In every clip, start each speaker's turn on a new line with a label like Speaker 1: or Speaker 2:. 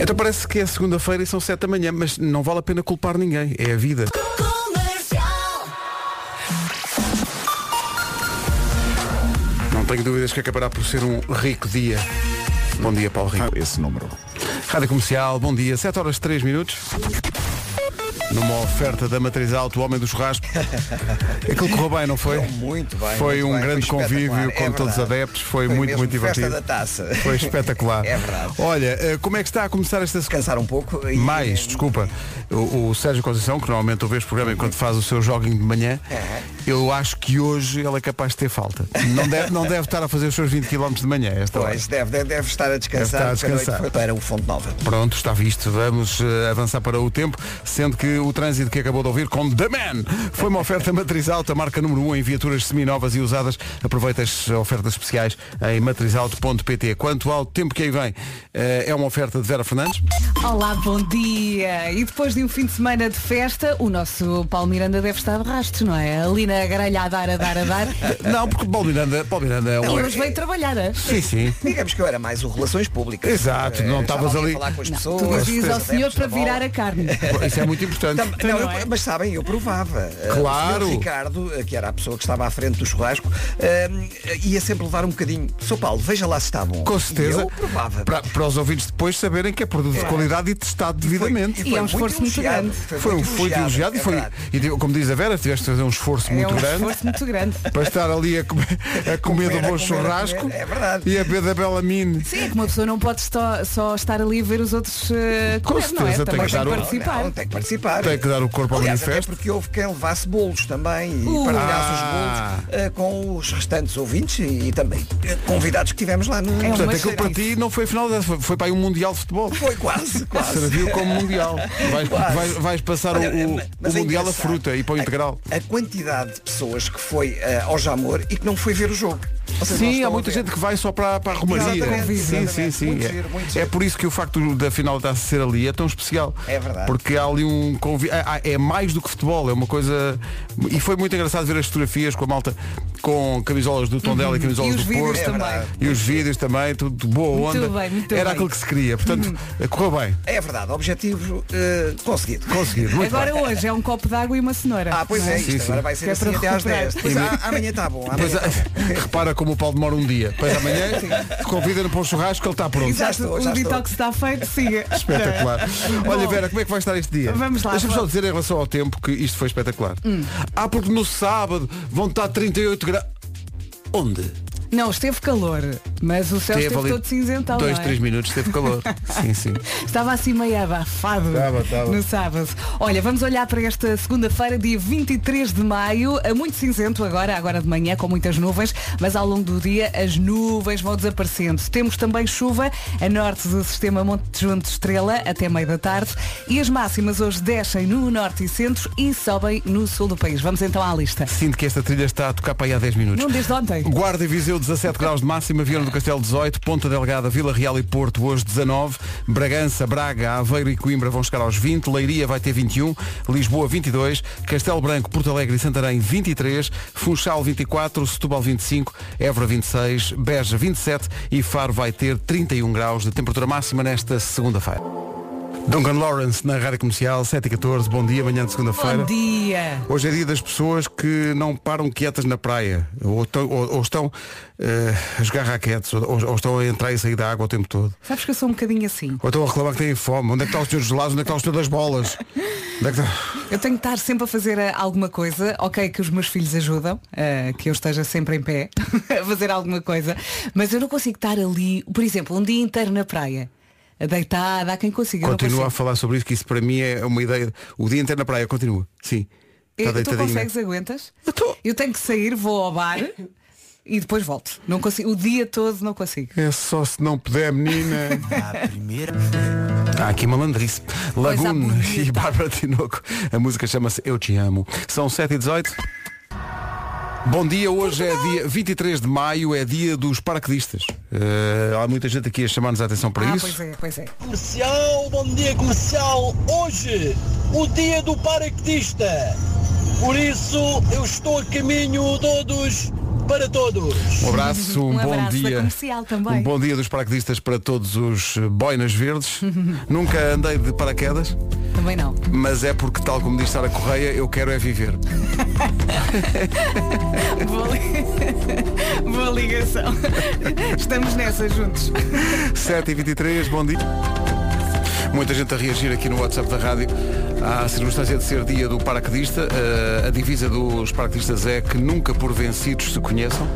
Speaker 1: Então parece que é segunda-feira e são sete da manhã, mas não vale a pena culpar ninguém. É a vida. Não tenho dúvidas que acabará por ser um rico dia. Bom dia, Paulo Rico.
Speaker 2: Esse número.
Speaker 1: Rádio Comercial, bom dia. 7 horas 3 minutos. Numa oferta da Matriz Alto, o Homem do Churrasco. Aquilo correu bem, não foi?
Speaker 3: Muito bem.
Speaker 1: Foi
Speaker 3: muito
Speaker 1: um
Speaker 3: bem,
Speaker 1: grande
Speaker 3: foi
Speaker 1: convívio
Speaker 3: espetacular,
Speaker 1: com
Speaker 3: é
Speaker 1: todos os
Speaker 3: verdade.
Speaker 1: adeptos. Foi,
Speaker 3: Foi
Speaker 1: muito,
Speaker 3: mesmo
Speaker 1: muito
Speaker 3: festa
Speaker 1: divertido.
Speaker 3: da taça.
Speaker 1: Foi espetacular.
Speaker 3: É verdade.
Speaker 1: Olha, eh, como é que está a começar esta semana?
Speaker 3: Descansar um pouco e
Speaker 1: Mais, desculpa, o, o Sérgio Conceição, que normalmente ouve este programa enquanto faz o seu joguinho de manhã,
Speaker 3: É.
Speaker 1: eu acho que hoje ele é capaz de ter falta. Não deve, não deve estar a fazer os seus 20 km de manhã. Esta hora.
Speaker 3: Pois, deve, deve, deve estar a
Speaker 1: Deve estar a
Speaker 3: descansar, porque
Speaker 1: descansar.
Speaker 3: noite foi para o Fonte Nova.
Speaker 1: Pronto, está visto. Vamos eh, avançar para o tempo, sendo que o trânsito que acabou de ouvir com The Man foi uma oferta matriz alta, marca número 1 em viaturas seminovas e usadas. Aproveita as ofertas especiais em matrizalto.pt. Quanto ao tempo que aí vem, eh, é uma oferta de Vera Fernandes.
Speaker 4: Olá, bom dia! E depois de um fim de semana de festa, o nosso Paulo Miranda deve estar de rastro, não é? Ali na grelha a dar, a dar, a dar.
Speaker 1: Não, porque Paulo Miranda, Paulo Miranda é um.
Speaker 4: Ele hoje veio trabalhar, é?
Speaker 1: Sim, sim.
Speaker 3: Digamos que eu era mais o Relações Públicas.
Speaker 1: Exato, não
Speaker 3: Eh,
Speaker 1: estavas
Speaker 3: estava
Speaker 1: ali-
Speaker 3: a falar com as
Speaker 4: Não,
Speaker 3: pessoas.
Speaker 4: tu dizias ao
Speaker 3: adeptos
Speaker 4: senhor
Speaker 3: da
Speaker 4: para
Speaker 3: bola.
Speaker 4: virar a carne.
Speaker 1: Isso é muito importante.
Speaker 3: Tam- não,
Speaker 4: não
Speaker 3: eu-
Speaker 4: é?
Speaker 3: mas sabem, eu provava. Eh,
Speaker 1: Claro.
Speaker 3: O senhor Ricardo, eh, que era a pessoa que estava à frente do churrasco, eh, ia sempre levar um bocadinho. Sou Paulo, veja lá se está bom.
Speaker 1: Com certeza.
Speaker 3: E eu provava.
Speaker 1: Para, para os ouvintes depois saberem que é produto de qualidade e testado devidamente.
Speaker 4: E é um esforço muito
Speaker 3: elogiado.
Speaker 4: grande.
Speaker 1: Foi, um- foi elogiado e
Speaker 3: é
Speaker 1: foi.
Speaker 3: verdade.
Speaker 1: e deu- como diz a Vera, tiveste de fazer um esforço
Speaker 4: É
Speaker 1: muito
Speaker 4: um
Speaker 1: grande
Speaker 4: esforço muito grande.
Speaker 1: para estar ali a, comer- a comer
Speaker 3: Comer,
Speaker 1: do bom
Speaker 3: a comer, a
Speaker 1: churrasco
Speaker 3: comer, é verdade.
Speaker 1: e a beber da bela mine.
Speaker 4: Sim, é que uma pessoa não pode só, só estar ali a ver os outros eh,
Speaker 1: Com
Speaker 4: comer, não é?
Speaker 1: certeza, tem
Speaker 4: Também
Speaker 1: que
Speaker 4: tem
Speaker 1: dar
Speaker 4: que
Speaker 1: o-
Speaker 4: participar.
Speaker 3: Não, tem que participar.
Speaker 1: Tem que dar o corpo ao
Speaker 3: Aliás,
Speaker 1: manifesto.
Speaker 3: Até porque houve quem levasse bolos também e
Speaker 4: Uh.
Speaker 3: partilhasse
Speaker 1: Ah.
Speaker 3: os bolos eh, com os restantes ouvintes e, e também eh, convidados que tivemos lá no.
Speaker 4: É um-
Speaker 1: Portanto,
Speaker 4: Mas
Speaker 1: aquilo
Speaker 4: será
Speaker 1: para ti não foi final, da- foi, foi para aí um Mundial de Futebol.
Speaker 3: Foi quase, quase.
Speaker 1: Serviu como Mundial. Vais,
Speaker 3: Quase.
Speaker 1: vais- vais passar o,
Speaker 3: Olha,
Speaker 1: o-
Speaker 3: mas
Speaker 1: o
Speaker 3: é
Speaker 1: Mundial a
Speaker 3: engraçado.
Speaker 1: fruta e para o
Speaker 3: A-
Speaker 1: integral.
Speaker 3: A, quantidade de pessoas que foi eh, ao Jamor e que não foi ver o jogo. Ou seja, não
Speaker 1: Sim,
Speaker 3: estão
Speaker 1: há
Speaker 3: a
Speaker 1: muita
Speaker 3: ver.
Speaker 1: gente que vai só para, para a Romaria.
Speaker 3: Exatamente,
Speaker 1: Sim,
Speaker 3: exatamente.
Speaker 1: sim, sim.
Speaker 3: Muito
Speaker 1: é,
Speaker 3: giro, muito
Speaker 1: é
Speaker 3: giro.
Speaker 1: por isso que o facto da final da ser ali é tão especial.
Speaker 3: É verdade.
Speaker 1: Porque há ali um convite. É mais do que futebol, é uma coisa. E foi muito engraçado ver as fotografias com a malta com camisolas do Tondela e
Speaker 4: Uhum. E
Speaker 1: camisolas
Speaker 4: os
Speaker 1: do
Speaker 4: vídeos
Speaker 1: Porto. É
Speaker 4: também.
Speaker 3: verdade.
Speaker 1: E os vídeos também, tudo boa
Speaker 4: Muito
Speaker 1: onda.
Speaker 4: bem, muito
Speaker 1: Era
Speaker 4: bem. Uhum.
Speaker 1: aquilo que se queria. Portanto, eh, correu bem.
Speaker 3: É verdade, objetivo eh, conseguido.
Speaker 1: Conseguido. Muito
Speaker 4: Agora
Speaker 1: bem.
Speaker 4: hoje é um copo de água e uma cenoura.
Speaker 3: Ah, pois
Speaker 4: não
Speaker 3: é,
Speaker 1: Sim,
Speaker 3: isto
Speaker 1: sim.
Speaker 3: agora vai ser
Speaker 4: Que é
Speaker 3: assim
Speaker 4: para
Speaker 3: até às
Speaker 4: recuperar.
Speaker 3: 10. Pois, a- amanhã está bom. amanhã
Speaker 1: Pois, eh,
Speaker 3: tá bom.
Speaker 1: repara como o Paulo demora um dia. Depois amanhã convida-no para um churrasco, ele está pronto.
Speaker 3: Já
Speaker 4: Exato,
Speaker 3: estou,
Speaker 4: o
Speaker 3: já estou.
Speaker 4: detox está feito, siga.
Speaker 1: Espetacular. Olha,
Speaker 4: Bom.
Speaker 1: Vera, como é que vai estar este dia?
Speaker 4: Vamos lá,
Speaker 1: Deixa-me só
Speaker 4: vamos. Hum.
Speaker 1: dizer em relação ao tempo que isto foi espetacular. Ah, porque no sábado vão estar 38 graus. Onde?
Speaker 4: Não, esteve calor, mas o céu esteve, todo cinzentão.
Speaker 1: dois,
Speaker 4: não é?
Speaker 1: três minutos, teve calor. sim, sim.
Speaker 4: Estava assim meio abafado
Speaker 1: Estava, estava.
Speaker 4: no sábado. Olha, vamos olhar para esta segunda-feira, dia 23 de maio, a muito cinzento agora, agora de manhã, com muitas nuvens, mas ao longo do dia as nuvens vão desaparecendo. Temos também chuva a norte do sistema Monte João de Estrela até meio da tarde e as máximas hoje descem no norte e centro e sobem no sul do país. Vamos então à lista.
Speaker 1: Sinto que esta trilha está a tocar para aí há 10 minutos.
Speaker 4: Não desde ontem.
Speaker 1: Guarda e Viseu 17 graus de máxima, Viana do Castelo 18, Ponta Delgada, Vila Real e Porto hoje 19, Bragança, Braga, Aveiro e Coimbra vão chegar aos 20, Leiria vai ter 21, Lisboa 22, Castelo Branco, Porto Alegre e Santarém 23, Funchal 24, Setúbal 25, Évora 26, Beja 27 e Faro vai ter 31 graus de temperatura máxima nesta segunda-feira. Duncan Lawrence na Rádio Comercial 7 e 14, bom dia, manhã de segunda-feira.
Speaker 4: Bom dia.
Speaker 1: Hoje é dia das pessoas que não param quietas na praia, ou, tão- ou- ou estão eh, a jogar raquetes, ou, ou estão a entrar e sair da água o tempo todo.
Speaker 4: Sabes que eu sou um bocadinho assim.
Speaker 1: Ou estão a reclamar que têm fome. Onde é que está o senhor dos gelados? Onde é que está o senhor das bolas? Onde é que está...
Speaker 4: Eu tenho que estar sempre a fazer eh, alguma coisa, ok, que os meus filhos ajudam, eh, que eu esteja sempre em pé a fazer alguma coisa, mas eu não consigo estar ali, por exemplo, um dia inteiro na praia, deitada, há quem consiga. eu não
Speaker 1: Continua a
Speaker 4: consigo.
Speaker 1: falar sobre isso, que isso para mim é uma ideia. O dia inteiro na praia, continua. Sim. Está
Speaker 4: Eh, tu
Speaker 1: tá deitadinha.
Speaker 4: consegues, aguentas?
Speaker 1: Eu tô-
Speaker 4: Eu tenho que sair, vou ao bar e depois volto. Não consigo, o dia todo não consigo.
Speaker 1: É só se não puder, menina. Há aqui Ah, malandrice.
Speaker 4: Coisa
Speaker 1: Lagune
Speaker 4: bonita.
Speaker 1: e Bárbara Tinoco. A música chama-se Eu Te Amo. São 7 e 18 Bom dia, hoje é dia 23 de maio, é dia dos paraquedistas. Eh, há muita gente aqui a chamar-nos a atenção para
Speaker 4: ah,
Speaker 1: isso.
Speaker 4: pois é, pois é.
Speaker 5: Comercial, bom dia comercial. Hoje, o dia do paraquedista. Por isso, eu estou a caminho de todos para todos.
Speaker 1: Um abraço, um,
Speaker 4: Um
Speaker 1: bom
Speaker 4: abraço da
Speaker 1: dia.
Speaker 4: comercial também.
Speaker 1: Um bom dia dos paraquedistas para todos os eh, boinas verdes. Nunca andei de paraquedas,
Speaker 4: Também não.
Speaker 1: mas é porque, tal como diz Sara Correia, eu quero é viver.
Speaker 4: Boa, li- Boa ligação. Estamos nessa juntos.
Speaker 1: 7h23, bom dia. Muita gente a reagir aqui no WhatsApp da rádio à circunstância de ser dia do paraquedista. Eh, a divisa dos paraquedistas é que nunca por vencidos se conheçam.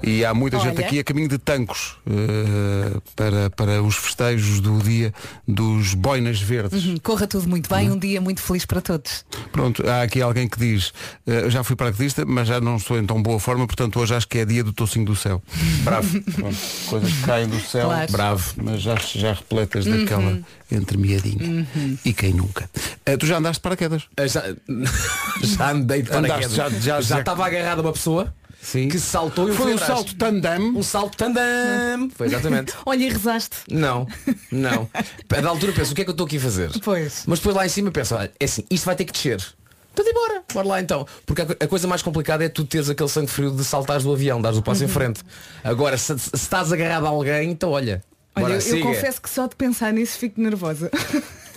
Speaker 1: E há muita gente
Speaker 4: Olha.
Speaker 1: aqui a caminho de Tancos eh, para, para os festejos do dia dos boinas verdes.
Speaker 4: Corra tudo muito bem, um dia muito feliz para todos.
Speaker 1: Pronto, há aqui alguém que diz, eh, eu já fui paraquedista, mas já não estou em tão boa forma, portanto hoje acho que é dia do tocinho do céu. Bravo. Pronto, Coisas que caem do céu,
Speaker 4: Claro. Uhum.
Speaker 1: bravo. Mas já, já repletas daquela entremeadinha. E quem nunca? Eh, tu já andaste de paraquedas?
Speaker 2: Ah, Já, já andei de paraquedas.
Speaker 1: Andaste, já- já- já-
Speaker 2: estava agarrado a uma pessoa que saltou e eu fui
Speaker 1: Foi um
Speaker 2: atrás.
Speaker 1: salto tandem.
Speaker 2: Um salto tandam. Foi exatamente.
Speaker 4: Olha, e rezaste.
Speaker 2: Não, não. A da altura penso, o que é que eu estou aqui a fazer?
Speaker 4: Pois.
Speaker 2: Mas depois lá em cima penso, olha, é assim, isto vai ter que descer. Então embora, bora lá então. Porque a co- a coisa mais complicada é tu teres aquele sangue frio de saltares do avião, dares o passo
Speaker 4: Uhum.
Speaker 2: em frente. Agora, se, se estás agarrado a alguém, então olha.
Speaker 4: Olha,
Speaker 2: bora,
Speaker 4: eu, eu
Speaker 2: siga.
Speaker 4: confesso que só de pensar nisso fico nervosa.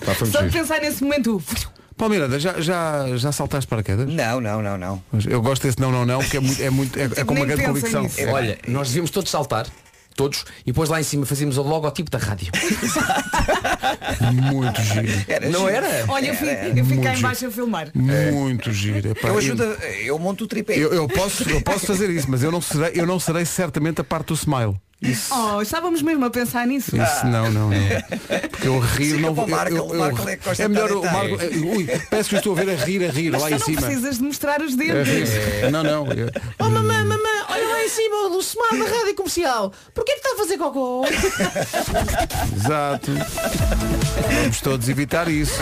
Speaker 2: Pá, foi muito
Speaker 4: só de
Speaker 2: giro.
Speaker 4: pensar nesse momento.
Speaker 1: Palmeirada, já, já, já saltaste paraquedas?
Speaker 3: Não, não, não, não.
Speaker 1: Mas Eu gosto desse não, não, não, porque é, muito, é, muito, é, é com uma
Speaker 4: Nem
Speaker 1: grande
Speaker 4: pensem
Speaker 1: convicção.
Speaker 4: nisso.
Speaker 1: É-
Speaker 2: Olha, nós devíamos todos saltar, todos, e depois lá em cima fazíamos o logotipo da rádio.
Speaker 1: Muito giro.
Speaker 2: Não
Speaker 3: giro.
Speaker 2: era?
Speaker 4: Olha, eu, fi-
Speaker 3: Era,
Speaker 4: eu fico
Speaker 1: muito
Speaker 4: cá em baixo a filmar.
Speaker 2: É.
Speaker 1: Muito giro. Epá,
Speaker 3: Eu
Speaker 1: eu-
Speaker 3: ajudo, a- eu monto o tripé.
Speaker 1: Eu, eu posso, eu posso fazer isso, mas eu não serei, eu não serei certamente a parte do smile. Isso,
Speaker 4: Oh, estávamos mesmo a pensar nisso.
Speaker 1: isso não, não, não. Porque eu rir
Speaker 3: Siga
Speaker 1: não
Speaker 3: para o
Speaker 1: eu-
Speaker 3: Marco,
Speaker 1: eu-
Speaker 3: o Marco é que gosta
Speaker 1: é
Speaker 3: de
Speaker 1: melhor o
Speaker 3: estar tá?
Speaker 1: Marco.
Speaker 3: em
Speaker 1: Ui, parece que eu estou a ver a rir, a rir
Speaker 4: Mas
Speaker 1: lá
Speaker 4: tu
Speaker 1: em
Speaker 4: não
Speaker 1: cima.
Speaker 4: precisas de mostrar os
Speaker 1: A
Speaker 2: É,
Speaker 4: dedos.
Speaker 1: rir. Não, não. eu-
Speaker 2: Oh mamãe, mamãe, olha lá em cima do smart da rádio comercial. Porquê é que está a fazer cocô?
Speaker 1: Exato. Vamos todos evitar isso.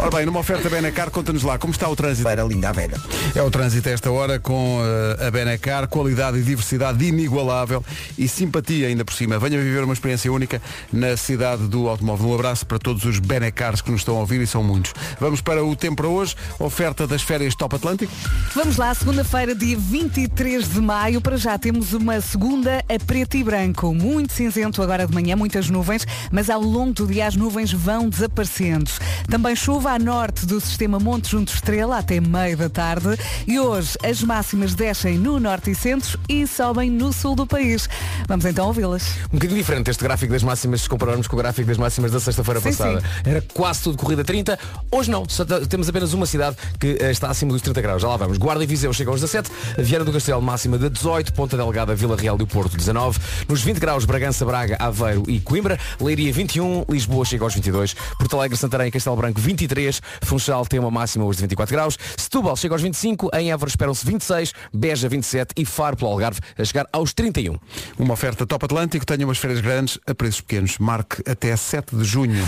Speaker 1: Ora bem, numa oferta Benacar, conta-nos lá, como está o trânsito?
Speaker 3: Para a linda a velha.
Speaker 1: É o trânsito a esta hora com eh, a Benacar, qualidade e diversidade inigualável e simpatia ainda por cima. Venha viver uma experiência única na cidade do automóvel. Um abraço para todos os Benacars que nos estão a ouvir e são muitos. Vamos para o tempo para hoje, oferta das férias Top Atlântico.
Speaker 4: Vamos lá, segunda-feira, dia 23 de maio. Para já temos uma segunda a preto e branco. Muito cinzento agora de manhã, muitas nuvens, mas ao longo do dia as nuvens vão desaparecendo. Também chuva a norte do sistema Monte Junto Estrela até meio da tarde. E hoje as máximas descem no norte e centro e sobem no sul do país. Vamos então ouvi-las.
Speaker 2: Um bocadinho diferente este gráfico das máximas se compararmos com o gráfico das máximas da sexta-feira
Speaker 4: Sim,
Speaker 2: passada.
Speaker 4: sim.
Speaker 2: Era quase tudo corrida a 30. Hoje não, só t- temos apenas uma cidade que eh, está acima dos 30 graus. Já lá vamos. Guarda e Viseu chega aos 17, Viana do Castelo máxima de 18, Ponta Delgada, Vila Real e o Porto 19, nos 20 graus Bragança, Braga, Aveiro e Coimbra, Leiria 21, Lisboa chega aos 22, Porto Alegre, Santarém e Castelo Branco 23, Funchal tem uma máxima hoje de 24 graus, Setúbal chega aos 25, em Évora esperam-se 26, Beja 27 e Faro pelo Algarve a chegar aos 31.
Speaker 1: Uma oferta Top Atlântico, tenha umas férias grandes a preços pequenos. Marque até 7 de junho.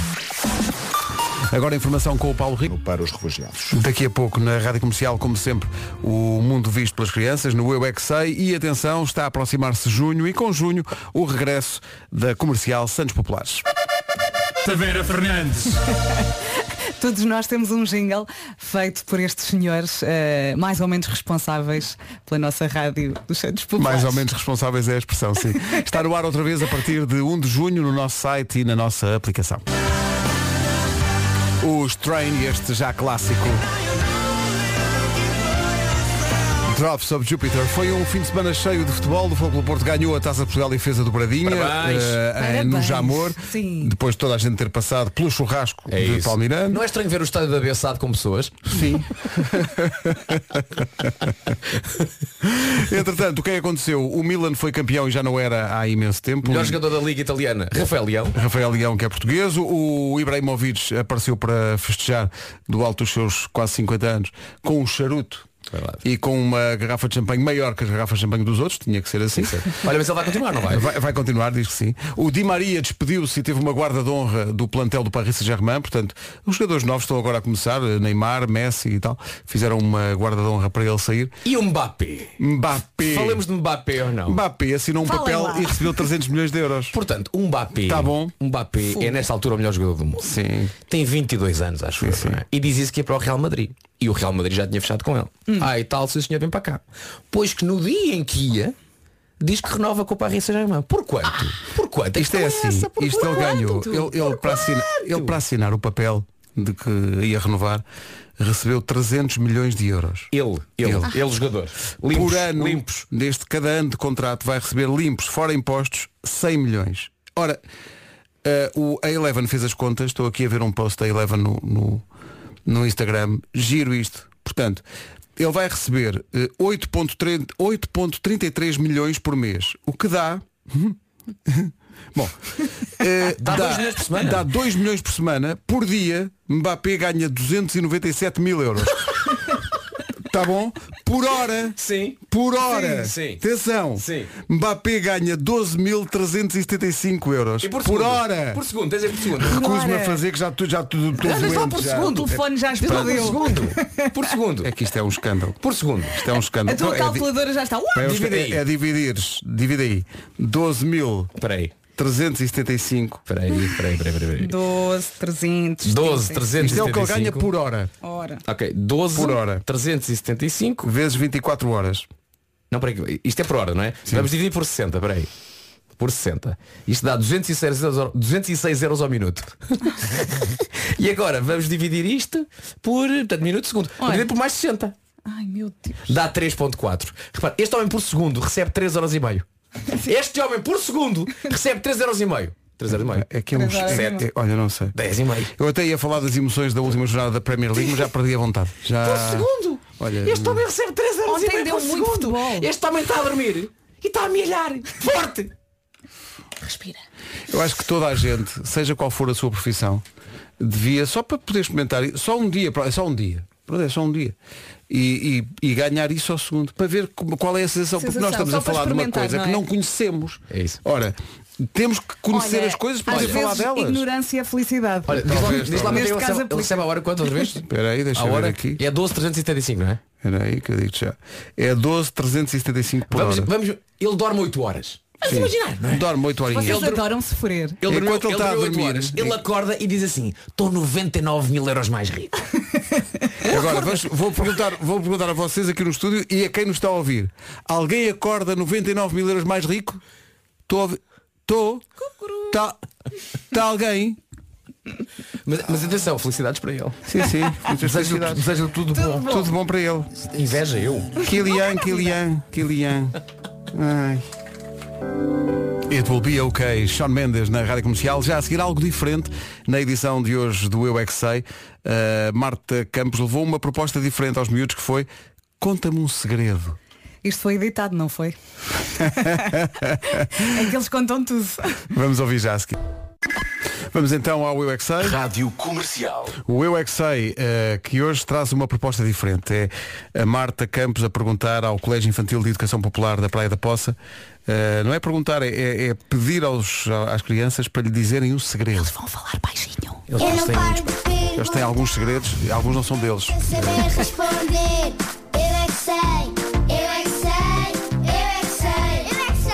Speaker 1: Agora a informação com o Paulo Rico.
Speaker 6: para os refugiados.
Speaker 1: Daqui a pouco na Rádio Comercial, como sempre, o mundo visto pelas crianças, no Eu É Que Sei. E atenção, está a aproximar-se junho e com junho o regresso da Comercial Santos Populares.
Speaker 7: Tavera Fernandes.
Speaker 4: Todos nós temos um jingle feito por estes senhores, eh, mais ou menos responsáveis pela nossa rádio dos Santos Populares.
Speaker 1: Mais ou menos responsáveis é a expressão, sim. Está no ar outra vez a partir de 1 de junho no nosso site e na nossa aplicação. Os Train, este já clássico. Drops of Jupiter. Foi um fim de semana cheio de futebol. O Futebol Porto ganhou a Taça de Portugal e fez a dobradinha
Speaker 2: Parabéns.
Speaker 1: eh, em- no
Speaker 4: Parabéns.
Speaker 1: Jamor.
Speaker 4: Sim.
Speaker 1: Depois de toda a gente ter passado pelo churrasco de Palmeirante.
Speaker 2: Não é estranho ver o estádio da Bessade com pessoas?
Speaker 1: Sim. Entretanto, o que é que aconteceu? O Milan foi campeão e já não era há imenso tempo.
Speaker 2: Melhor jogador da Liga Italiana, Rafael Leão.
Speaker 1: Rafael Leão, que é português. O Ibrahimovic apareceu para festejar do alto dos seus quase 50 anos com um charuto.
Speaker 2: Verdade.
Speaker 1: E com uma garrafa de champanhe maior que as garrafas de champanhe dos outros, tinha que ser assim.
Speaker 2: Olha, mas ele vai continuar, não vai?
Speaker 1: Vai, vai continuar, diz que sim. O Di Maria despediu-se e teve uma guarda de honra do plantel do Paris Saint-Germain. Portanto, os jogadores novos estão agora a começar, eh, Neymar, Messi e tal. Fizeram uma guarda de honra para ele sair.
Speaker 2: E o Mbappé?
Speaker 1: Mbappé.
Speaker 2: Falemos de Mbappé ou não?
Speaker 1: Mbappé assinou um
Speaker 4: Falem
Speaker 1: papel
Speaker 4: lá.
Speaker 1: e recebeu 300 milhões de euros.
Speaker 2: Portanto, um Mbappé,
Speaker 1: Tá bom.
Speaker 2: um Mbappé é nesta altura o melhor jogador do mundo.
Speaker 1: Sim.
Speaker 2: Tem 22 anos, acho eu. não é? E diz isso que é para o Real Madrid. E o Real Madrid já tinha fechado com ele.
Speaker 1: Hum.
Speaker 2: Ah, e tal, se o senhor vem para cá. Pois que no dia em que ia, diz que renova com o Paris Saint-Germain. Por quanto? Por quanto? A
Speaker 1: Isto é
Speaker 2: questão
Speaker 1: assim,
Speaker 2: essa, por
Speaker 1: isto ele
Speaker 2: quanto?
Speaker 1: ganhou.
Speaker 2: Por
Speaker 1: Ele, ele, para assinar,
Speaker 2: quanto?
Speaker 1: ele para assinar o papel de que ia renovar recebeu 300 milhões de euros.
Speaker 2: Ele, ele,
Speaker 1: Ele.
Speaker 2: ele, jogador. Limpos,
Speaker 1: Por ano,
Speaker 2: limpos.
Speaker 1: deste cada ano de contrato, vai receber limpos, fora impostos, 100 milhões. Ora, eh, o a Eleven fez as contas, estou aqui a ver um post da Eleven no, no, no Instagram, giro isto. Portanto, ele vai receber eh, 8.3 8.33 milhões por mês, o que dá... Bom, eh,
Speaker 2: Dá dois milhões por semana.
Speaker 1: dá 2 milhões por semana. Por dia, Mbappé ganha 297 mil euros. Tá bom? Por hora.
Speaker 2: Sim.
Speaker 1: Por hora.
Speaker 2: Sim, sim.
Speaker 1: Atenção.
Speaker 2: Sim.
Speaker 1: Mbappé ganha 12.375 euros.
Speaker 2: E por,
Speaker 1: por
Speaker 2: segundo?
Speaker 1: hora.
Speaker 2: Por segundo, tens aí por segundo. é?
Speaker 1: Recuso-me a
Speaker 4: hora.
Speaker 1: fazer que já tu já tu, tu,
Speaker 4: Andas lá
Speaker 1: doente,
Speaker 4: por
Speaker 1: já.
Speaker 4: segundo, o telefone já
Speaker 2: Diz lá por
Speaker 4: explodiu.
Speaker 2: segundo. Por segundo.
Speaker 1: É que isto é um escândalo.
Speaker 2: Por segundo.
Speaker 1: Isto é um
Speaker 4: A
Speaker 1: escândalo.
Speaker 4: tua
Speaker 1: É di-
Speaker 4: calculadora já está. Uau!
Speaker 1: é,
Speaker 2: Então Divide
Speaker 1: é,
Speaker 2: aí.
Speaker 1: é dividires. Divide aí. 12.375
Speaker 2: Espera aí. Espera aí, espera aí, espera aí, espera aí.
Speaker 4: 12, 300. 300.
Speaker 2: 12, 375.
Speaker 1: Isto é o que ele ganha por hora.
Speaker 4: Ora.
Speaker 2: Ok, 12
Speaker 1: Por hora.
Speaker 2: 375.
Speaker 1: Vezes 24 horas.
Speaker 2: Não, peraí, isto é por hora, não é? Vamos dividir por 60, peraí. Por 60. Isto dá 206 euros, ao- 206 euros ao minuto. e agora vamos dividir isto por, portanto, minuto, segundo. Vamos
Speaker 4: Olha.
Speaker 2: dividir por mais 60.
Speaker 4: Ai meu Deus.
Speaker 2: Dá 3.4. Repare, este homem por segundo recebe 3 horas e meio. Este homem por segundo recebe 3 euros e meio. 3 euros e meio.
Speaker 1: É que é um.
Speaker 4: Três horas
Speaker 1: é-
Speaker 4: e meia.
Speaker 1: é- olha, não sei.
Speaker 2: 10 e meio.
Speaker 1: Eu até ia falar das emoções da última jornada da Premier League, mas já perdi a vontade. Já...
Speaker 2: Por segundo.
Speaker 1: Olha,
Speaker 2: este homem recebe 3 euros
Speaker 4: Ah, hum. Ontem
Speaker 2: e meio
Speaker 4: deu
Speaker 2: por
Speaker 4: muito
Speaker 2: segundo.
Speaker 4: futebol.
Speaker 2: Este homem está a dormir e está a milhar. Forte.
Speaker 4: Respira.
Speaker 1: Eu acho que toda a gente, seja qual for a sua profissão, devia, só para poder experimentar, só um dia, é só um dia, Pronto, é só um dia, e, e- e ganhar isso ao segundo, para ver como- qual é a sensação, porque nós
Speaker 4: Sensação,
Speaker 1: estamos
Speaker 4: só
Speaker 1: a
Speaker 4: para
Speaker 1: falar de uma
Speaker 4: experimentar,
Speaker 1: coisa
Speaker 4: não
Speaker 1: que
Speaker 4: é?
Speaker 1: não conhecemos.
Speaker 2: É isso.
Speaker 1: Ora, temos que conhecer
Speaker 4: Olha,
Speaker 1: as coisas para
Speaker 4: às
Speaker 1: poder falar
Speaker 4: vezes,
Speaker 1: delas.
Speaker 4: Ignorância é felicidade.
Speaker 2: Olha, diz lá, diz lá
Speaker 4: talvez.
Speaker 2: ele,
Speaker 4: Neste caso
Speaker 2: recebe, ele
Speaker 4: aplica.
Speaker 2: recebe a hora quanto outra vez?
Speaker 1: Espera aí, deixa
Speaker 2: A
Speaker 1: eu ver
Speaker 2: hora
Speaker 1: aqui.
Speaker 2: é 12.375, não é?
Speaker 1: Espera aí que eu digo já. É 12,375 por
Speaker 2: Vamos,
Speaker 1: hora.
Speaker 2: vamos, ele dorme 8 horas. Vamos imaginar, não é?
Speaker 1: Dorme 8 horinhas.
Speaker 4: Vocês
Speaker 2: ele-
Speaker 4: adoram sofrer.
Speaker 2: Ele dormiu,
Speaker 1: Enquanto ele
Speaker 2: ele
Speaker 1: está a
Speaker 2: dormiu oito
Speaker 1: dormir,
Speaker 2: horas.
Speaker 1: em-
Speaker 2: Ele acorda e diz assim, estou 99 mil euros mais rico.
Speaker 1: Agora, vamos- vou, perguntar, vou perguntar a vocês aqui no estúdio e a quem nos está a ouvir. Alguém acorda 99 mil euros mais rico? Estou a ouvir. Estou. Está tá alguém?
Speaker 2: Mas, mas atenção, felicidades para ele.
Speaker 1: Sim, sim. Muitas
Speaker 2: Desejo,
Speaker 1: felicidades.
Speaker 2: desejo tudo, bom.
Speaker 1: Tudo bom para ele.
Speaker 2: Inveja eu.
Speaker 1: Kilian, Kilian, Kilian. Ai. It will be okay. Sean Mendes na Rádio Comercial. Já a seguir algo diferente na edição de hoje do Eu é que Sei. Uh, Marta Campos levou uma proposta diferente aos miúdos que foi Conta-me um segredo.
Speaker 4: Isto foi editado, não foi? é que eles contam tudo.
Speaker 1: Vamos ouvir já a seguir. Vamos então ao Eu é que Sei.
Speaker 7: Rádio Comercial.
Speaker 1: O Eu é que Sei, eh, que hoje traz uma proposta diferente. É a Marta Campos a perguntar ao Colégio Infantil de Educação Popular da Praia da Poça. eh, não é perguntar, é- é, é pedir aos, às crianças para lhe dizerem um segredo.
Speaker 4: Vão falar baixinho.
Speaker 2: Eles
Speaker 6: Eu não
Speaker 2: têm
Speaker 6: paro de perguntar.
Speaker 1: Eles têm alguns segredos, e alguns não são deles.
Speaker 6: Eu saber responder. Eu é que sei. Eu é que sei. Eu é que sei. Eu é que sei.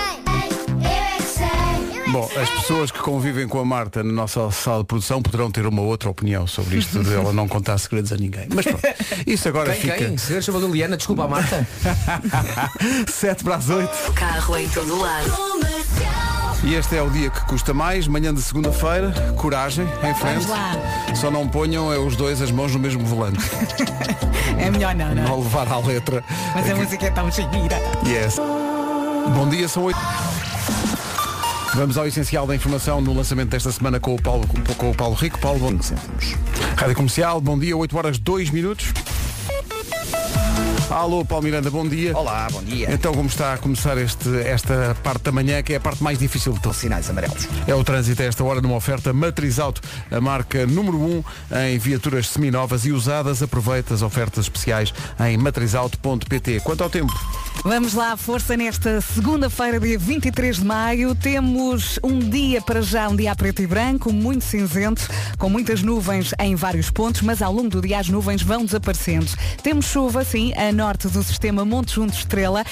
Speaker 6: Eu é que sei. Eu é que sei.
Speaker 1: Bom, as pessoas que convivem com a Marta na nossa sala de produção poderão ter uma outra opinião sobre isto de ela não contar segredos a ninguém. Mas pronto, isso agora
Speaker 2: Quem,
Speaker 1: fica.
Speaker 2: quem? Se chamou Liliana, desculpa a Marta.
Speaker 1: 7 para as 8.
Speaker 8: Carro é em todo lado.
Speaker 1: E este é o dia que custa mais, manhã de segunda-feira, coragem, em frente.
Speaker 4: Vamos lá.
Speaker 1: Só não ponham é, os dois as mãos no mesmo volante.
Speaker 4: É melhor não, não.
Speaker 1: Não levar à letra.
Speaker 4: Mas a música é tão gira.
Speaker 1: Yes. Bom dia, são oito. Vamos ao essencial da informação no lançamento desta semana com o Paulo, com o Paulo Rico. Paulo, bom... Rádio Comercial, bom dia, 8 horas 2 minutos. Alô, Paulo Miranda, bom dia.
Speaker 3: Olá, bom dia.
Speaker 1: Então como está a começar este, esta parte da manhã, que é a parte mais difícil de todos?
Speaker 3: Sinais amarelos.
Speaker 1: É o trânsito a esta hora numa oferta Matriz Auto, a marca número 1 em viaturas seminovas e usadas. Aproveita as ofertas especiais em matrizauto.pt. Quanto ao tempo,
Speaker 4: Vamos lá, à força nesta segunda-feira, dia 23 de maio. Temos um dia para já, um dia a preto e branco, muito cinzento, com muitas nuvens em vários pontos, mas ao longo do dia as nuvens vão desaparecendo. Temos chuva, sim, eh, norte do sistema Monte Junto Estrela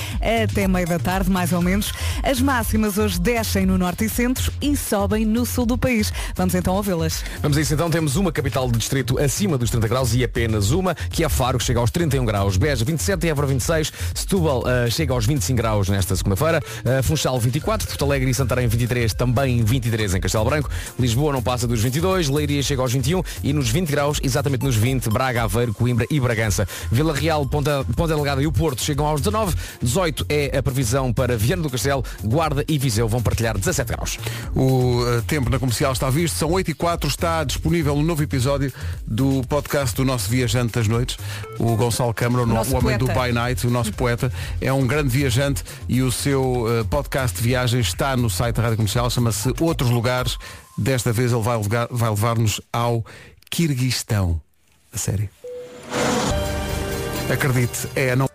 Speaker 4: até meia da tarde, mais ou menos. As máximas hoje descem no norte e centro e sobem no sul do país. Vamos então ouvi-las.
Speaker 2: Vamos a isso então, temos uma capital de distrito acima dos 30 graus e apenas uma, que é Faro, que chega aos 31 graus, Beja 27, Évora 26, Setúbal eh, chega aos 25 graus nesta segunda-feira, eh, Funchal 24, Porto Alegre e Santarém 23, também 23 em Castelo Branco, Lisboa não passa dos 22, Leiria chega aos 21 e nos 20 graus, exatamente nos 20, Braga, Aveiro, Coimbra e Bragança. Vila Real, Ponta, Ponta Delgada e o Porto chegam aos 19, 18 é a previsão para Viana do Castelo, Guarda e Viseu vão partilhar 17 graus.
Speaker 1: O eh, tempo na comercial está visto, são 8 e 4 está disponível um novo episódio do podcast do nosso viajante das noites, o Gonçalo Câmara, o, no-
Speaker 4: Nosso
Speaker 1: o homem do
Speaker 4: poeta.
Speaker 1: By Night, o nosso poeta, é um grande viajante e o seu eh, podcast de viagens está no site da Rádio Comercial, chama-se Outros Lugares. Desta vez ele vai levar- vai levar-nos ao Quirguistão. A sério. Acredite, é a não.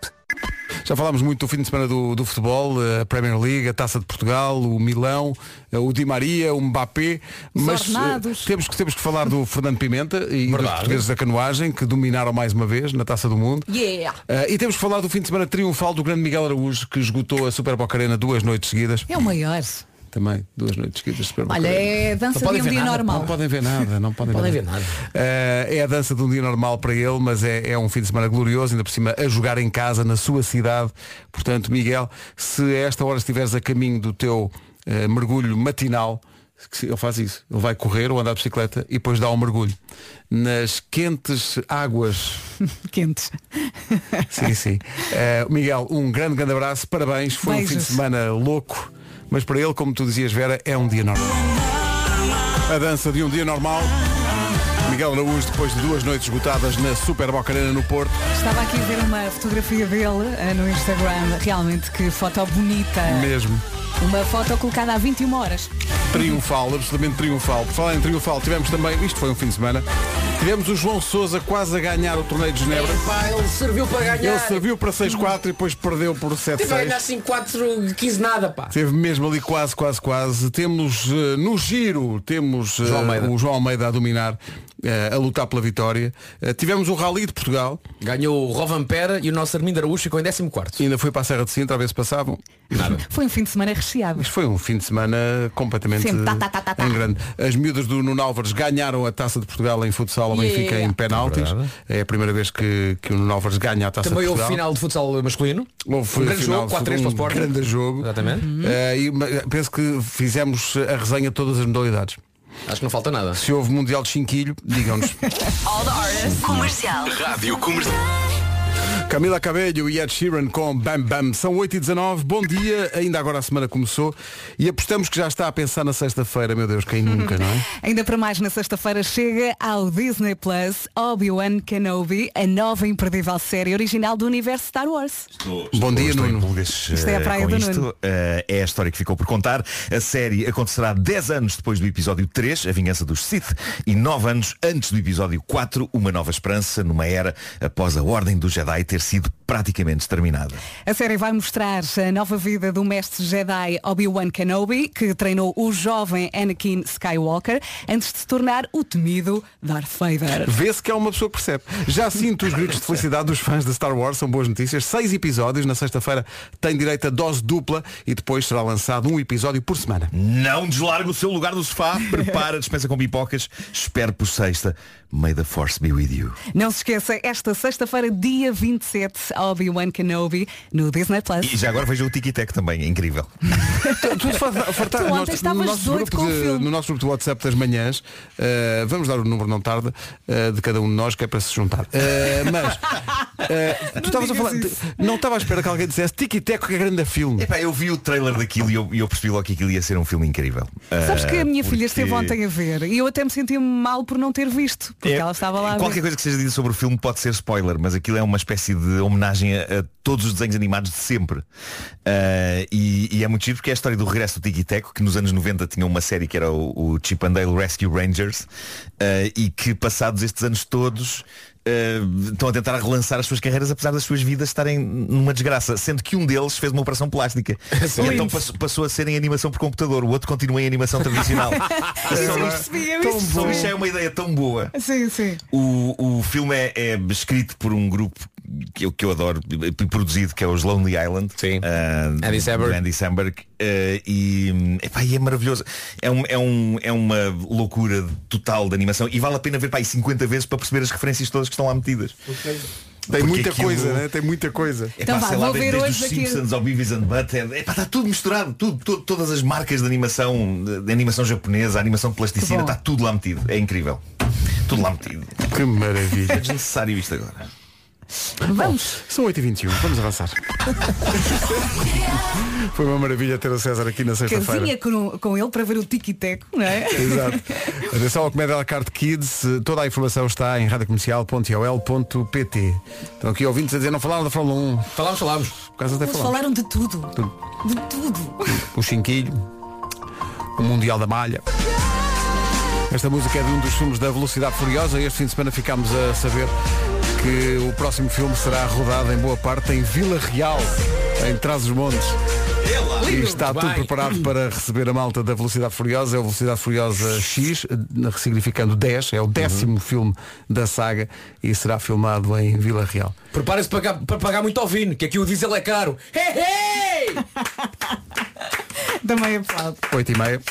Speaker 1: Já falámos muito do fim de semana do, do futebol, eh, a Premier League, a Taça de Portugal, o Milão, eh, o Di Maria, o Mbappé, mas eh,
Speaker 4: ornados.
Speaker 1: temos que, temos que falar do Fernando Pimenta e dos
Speaker 2: Verdade.
Speaker 1: portugueses da canoagem, que dominaram mais uma vez na Taça do Mundo.
Speaker 4: Yeah!
Speaker 1: Eh, e temos que falar do fim de semana triunfal do grande Miguel Araújo, que esgotou a Super Boca Arena duas noites seguidas.
Speaker 4: É o maior.
Speaker 1: Também, duas noites seguidas de Super Boca
Speaker 4: Olha,
Speaker 1: Arena.
Speaker 4: é dança
Speaker 2: Não
Speaker 4: de
Speaker 2: podem
Speaker 4: um
Speaker 2: ver
Speaker 4: dia
Speaker 2: nada,
Speaker 4: normal.
Speaker 1: Não podem ver nada, não podem,
Speaker 2: podem
Speaker 1: ver
Speaker 2: ver
Speaker 1: nada.
Speaker 2: nada.
Speaker 1: Eh, é a dança de um dia normal para ele, mas é, é um fim de semana glorioso, ainda por cima a jogar em casa, na sua cidade. Portanto, Miguel, se a esta hora estiveres a caminho do teu eh, mergulho matinal, que se- ele faz isso, ele vai correr ou andar de bicicleta e depois dá um mergulho. Nas quentes águas.
Speaker 4: Quentes.
Speaker 1: Sim, sim. Eh, Miguel, um grande, grande abraço, parabéns. Foi um fim de
Speaker 4: Beijos.
Speaker 1: semana louco, mas para ele, como tu dizias, Vera, é um dia normal. A dança de um dia normal. Miguel Araújo, depois de duas noites esgotadas na Super Boca Arena no Porto.
Speaker 4: Estava aqui a ver uma fotografia dele eh, no Instagram. Realmente que foto bonita.
Speaker 1: Mesmo.
Speaker 4: Uma foto colocada há 21 horas.
Speaker 1: Triunfal, absolutamente triunfal. Por falar em triunfal, tivemos também, isto foi um fim de semana, tivemos o João Sousa quase a ganhar o torneio de Genebra.
Speaker 2: ele serviu para ganhar.
Speaker 1: Ele serviu para 6-4 e depois perdeu por 7-6.
Speaker 2: 5-4, 15 nada, pá.
Speaker 1: Teve mesmo ali quase, quase, quase. Temos eh, no giro, temos eh,
Speaker 2: João Almeida.
Speaker 1: o João Almeida a dominar, eh, a lutar pela vitória. Eh, tivemos o Rally de Portugal,
Speaker 2: Ganhou o Rovan Pera e o nosso Armindo Araújo ficou em 14.
Speaker 1: ainda foi para a Serra de Sintra, a ver se passavam.
Speaker 4: Foi um fim de semana recheado.
Speaker 1: Isto foi um fim de semana completamente
Speaker 4: Sim, tá, tá, tá, tá, tá.
Speaker 1: em grande. As miúdas do Nuno Álvares ganharam a Taça de Portugal em futsal ao Benfica em penaltis. É a primeira vez que, que o Nuno Álvares ganha a Taça
Speaker 2: Também
Speaker 1: de
Speaker 2: houve
Speaker 1: Portugal.
Speaker 2: final de futsal masculino.
Speaker 1: Houve
Speaker 2: um grande
Speaker 1: final
Speaker 2: jogo, 4-3 para o
Speaker 1: um
Speaker 2: Sporting.
Speaker 1: grande jogo.
Speaker 2: Exatamente.
Speaker 1: Eh, e, mas, penso que fizemos a resenha de todas as modalidades.
Speaker 2: Acho que não falta nada.
Speaker 1: Se houve Mundial de Chinquilho, digam-nos.
Speaker 8: All the artists. Comercial.
Speaker 1: Camila Cabello e Ed Sheeran com Bam Bam. São 8h19, bom dia. Ainda agora a semana começou e apostamos que já está a pensar na sexta-feira, meu Deus, quem nunca, não é?
Speaker 4: Ainda para mais, na sexta-feira chega ao Disney Plus Obi-Wan Kenobi, a nova imperdível série original do universo Star Wars.
Speaker 1: Bom dia,
Speaker 9: estou
Speaker 1: Nuno.
Speaker 9: Em pulgas,
Speaker 4: Isto é a
Speaker 9: eh,
Speaker 4: praia
Speaker 9: com
Speaker 4: do
Speaker 9: isto.
Speaker 4: Nuno.
Speaker 9: Eh, é a história que ficou por contar. A série acontecerá 10 anos depois do episódio 3, A Vingança dos Sith, e 9 anos antes do episódio 4, Uma Nova Esperança, numa era após a Ordem do Jedi ter sido praticamente exterminada.
Speaker 4: A série vai mostrar a nova vida do mestre Jedi Obi-Wan Kenobi, que treinou o jovem Anakin Skywalker antes de se tornar o temido Darth Vader.
Speaker 1: Vê-se que é uma pessoa que percebe. Já sinto os gritos de felicidade dos fãs de Star Wars, são boas notícias. Seis episódios, na sexta-feira tem direito a dose dupla e depois será lançado um episódio por semana.
Speaker 9: Não deslargue o seu lugar do sofá, prepara, dispensa com pipocas, espere por sexta. May the Force be with you.
Speaker 4: Não se esqueça, esta sexta-feira, dia 27, Obi-Wan Kenobi no Disney Plus.
Speaker 9: E já agora veja o Tiki Tec também, é incrível.
Speaker 1: Tudo fa- fartar-
Speaker 4: Tu ontem
Speaker 1: nós-
Speaker 4: estavas doido
Speaker 1: grupo
Speaker 4: com o
Speaker 1: de-
Speaker 4: filme.
Speaker 1: no nosso grupo de WhatsApp das manhãs, eh, vamos dar o número não tarde eh, de cada um de nós, que é para se juntar. Eh, mas eh, tu estavas a falar, não estava à espera que alguém dissesse Tiki Teco que é grande filme.
Speaker 9: Epá, eu vi o trailer daquilo e eu, e eu percebi logo que aquilo ia ser um filme incrível.
Speaker 4: Sabes que a minha
Speaker 9: porque-
Speaker 4: filha esteve ontem a ver e eu até me senti mal por não ter visto, porque
Speaker 9: É,
Speaker 4: ela estava lá a ver.
Speaker 9: Qualquer coisa que seja dita sobre o filme pode ser spoiler, mas aquilo é uma espécie de homenagem a, a todos os desenhos animados de sempre. Ah, e, e é muito giro porque é a história do regresso do Tiki Teco, que nos anos 90 tinha uma série que era o, o Chip and Dale Rescue Rangers, ah, e que passados estes anos todos ah, estão a tentar relançar as suas carreiras apesar das suas vidas estarem numa desgraça, sendo que um deles fez uma operação plástica. E então passou, passou a ser em animação por computador, o outro continua em animação tradicional. é
Speaker 4: Isso eu percebi, eu
Speaker 1: Tão
Speaker 4: isso
Speaker 9: Só
Speaker 4: percebi.
Speaker 9: isto é uma ideia tão boa.
Speaker 4: Sim, sim.
Speaker 9: O, o filme é, é escrito por um grupo que eu, que eu adoro, p- produzido, que é os Lonely Island.
Speaker 2: Sim.
Speaker 9: ah,
Speaker 2: Andy Samberg.
Speaker 9: do Andy Samberg. ah, e, epá, e é maravilhoso. É, um, é, um, é uma loucura total de animação e vale a pena ver pá, aí 50 vezes para perceber as referências todas que estão lá metidas.
Speaker 1: Tem
Speaker 9: Porque
Speaker 1: muita
Speaker 9: aquilo-
Speaker 1: coisa, né? Tem muita coisa.
Speaker 9: É
Speaker 4: Então
Speaker 9: pá,
Speaker 4: vá,
Speaker 9: sei lá,
Speaker 4: vou ver
Speaker 9: desde, desde
Speaker 4: hoje
Speaker 9: os
Speaker 4: aquilo.
Speaker 9: Simpsons ao Beavis and Butthead, é pá, está tudo misturado, tudo, tudo- todas as marcas de animação, de, de animação japonesa, animação de plasticina,
Speaker 4: Que bom.
Speaker 9: está tudo lá metido. É incrível. Tudo lá metido.
Speaker 1: Que
Speaker 9: É
Speaker 1: maravilha.
Speaker 9: desnecessário isto agora.
Speaker 4: Vamos.
Speaker 1: São 8h21, vamos avançar. Foi uma maravilha ter o César aqui na sexta-feira.
Speaker 4: Casinha com, com ele para ver o tiki-teco, não é?
Speaker 1: Exato. Atenção ao Comédia à la Carte Kids. Eh, Toda a informação está em radiocomercial.ol.pt Estão aqui ouvintes a dizer, não falaram da Fórmula 1.
Speaker 2: Falámos, falámos.
Speaker 1: Por causa um. até
Speaker 4: Eles
Speaker 1: falar.
Speaker 4: falaram de tudo. De tudo.
Speaker 1: O Chinquilho. O Mundial da Malha. Esta música é de um dos filmes da Velocidade Furiosa. Este fim de semana ficámos a saber que o próximo filme será rodado em boa parte em Vila Real, em Trás-os-Montes. E está tudo
Speaker 2: Bem.
Speaker 1: preparado para receber a malta da Velocidade Furiosa. É o Velocidade Furiosa X, eh, significando 10. É o décimo filme da saga e será filmado em Vila Real.
Speaker 2: Preparem-se para, cá- para pagar muito ao vinho, que aqui o diesel é caro. Hey, hey!
Speaker 4: Também aplaudo.
Speaker 1: 8 e meia.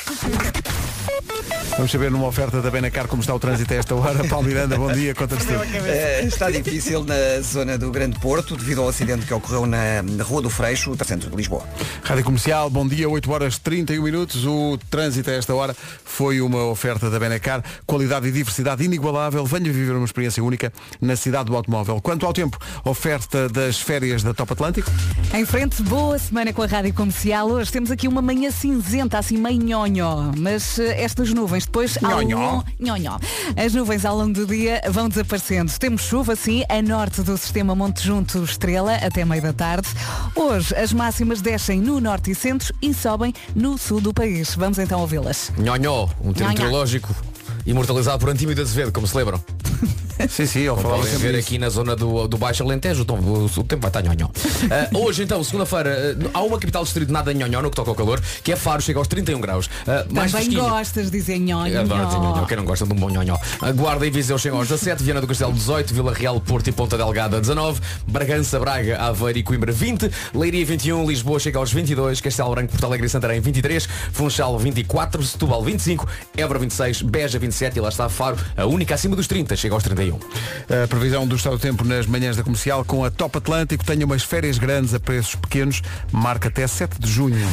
Speaker 1: Vamos saber numa oferta da Benacar como está o trânsito a esta hora. Paulo Miranda, bom dia, conta-nos tudo.
Speaker 3: Eh, está difícil na zona do Grande Porto devido ao acidente que ocorreu na, na Rua do Freixo, no centro de Lisboa.
Speaker 1: Rádio Comercial, bom dia, 8 horas 31 minutos. O trânsito a esta hora foi uma oferta da Benacar. Qualidade e diversidade inigualável. Venha viver uma experiência única na cidade do automóvel. Quanto ao tempo, oferta das férias da Top Atlântico.
Speaker 4: Em frente, boa semana com a Rádio Comercial. Hoje temos aqui uma manhã cinzenta, assim meio nhonhó. Mas eh, estas nuvens depois... ao
Speaker 1: Nhonhó?
Speaker 4: longo- Nhonhó. As nuvens ao longo do dia vão desaparecendo. Temos chuva, sim, a norte do sistema Monte Junto Estrela, até meio da tarde. Hoje as máximas descem no norte e centro e sobem no sul do país. Vamos então ouvi-las.
Speaker 2: Nhonhó, um termo
Speaker 4: Nhonhó.
Speaker 2: teológico imortalizado por Antímio de Azevedo, como se lembram.
Speaker 1: Sim, sim, eu falava
Speaker 2: Podem
Speaker 1: sempre
Speaker 2: ver
Speaker 1: disso.
Speaker 2: aqui na zona do, do Baixo Alentejo, então, o, o tempo vai estar nhonhó. Ah, hoje então, segunda-feira, ah, há uma capital distrito nada nhonhó no que toca ao calor, que é Faro, chega aos 31 graus. Ah, mais
Speaker 4: Também
Speaker 2: fresquinho.
Speaker 4: gostas de dizer
Speaker 2: Eu Adoro dizer nhonhó,
Speaker 4: nhonhó. Tá
Speaker 2: quem não gosta de um bom nhonhó. A Guarda e Viseu chegam aos 17, Viana do Castelo 18, Vila Real, Porto e Ponta Delgada 19, Bragança, Braga, Aveiro e Coimbra 20, Leiria 21, Lisboa chega aos 22, Castelo Branco, Porto Alegre e Santarém 23, Funchal 24, Setúbal 25, Évora 26, Beja 27 e lá está Faro, a única acima dos 30, chega aos 31.
Speaker 1: A previsão do estado do tempo nas manhãs da comercial com a Top Atlântico tenha umas férias grandes a preços pequenos, marca até 7 de junho.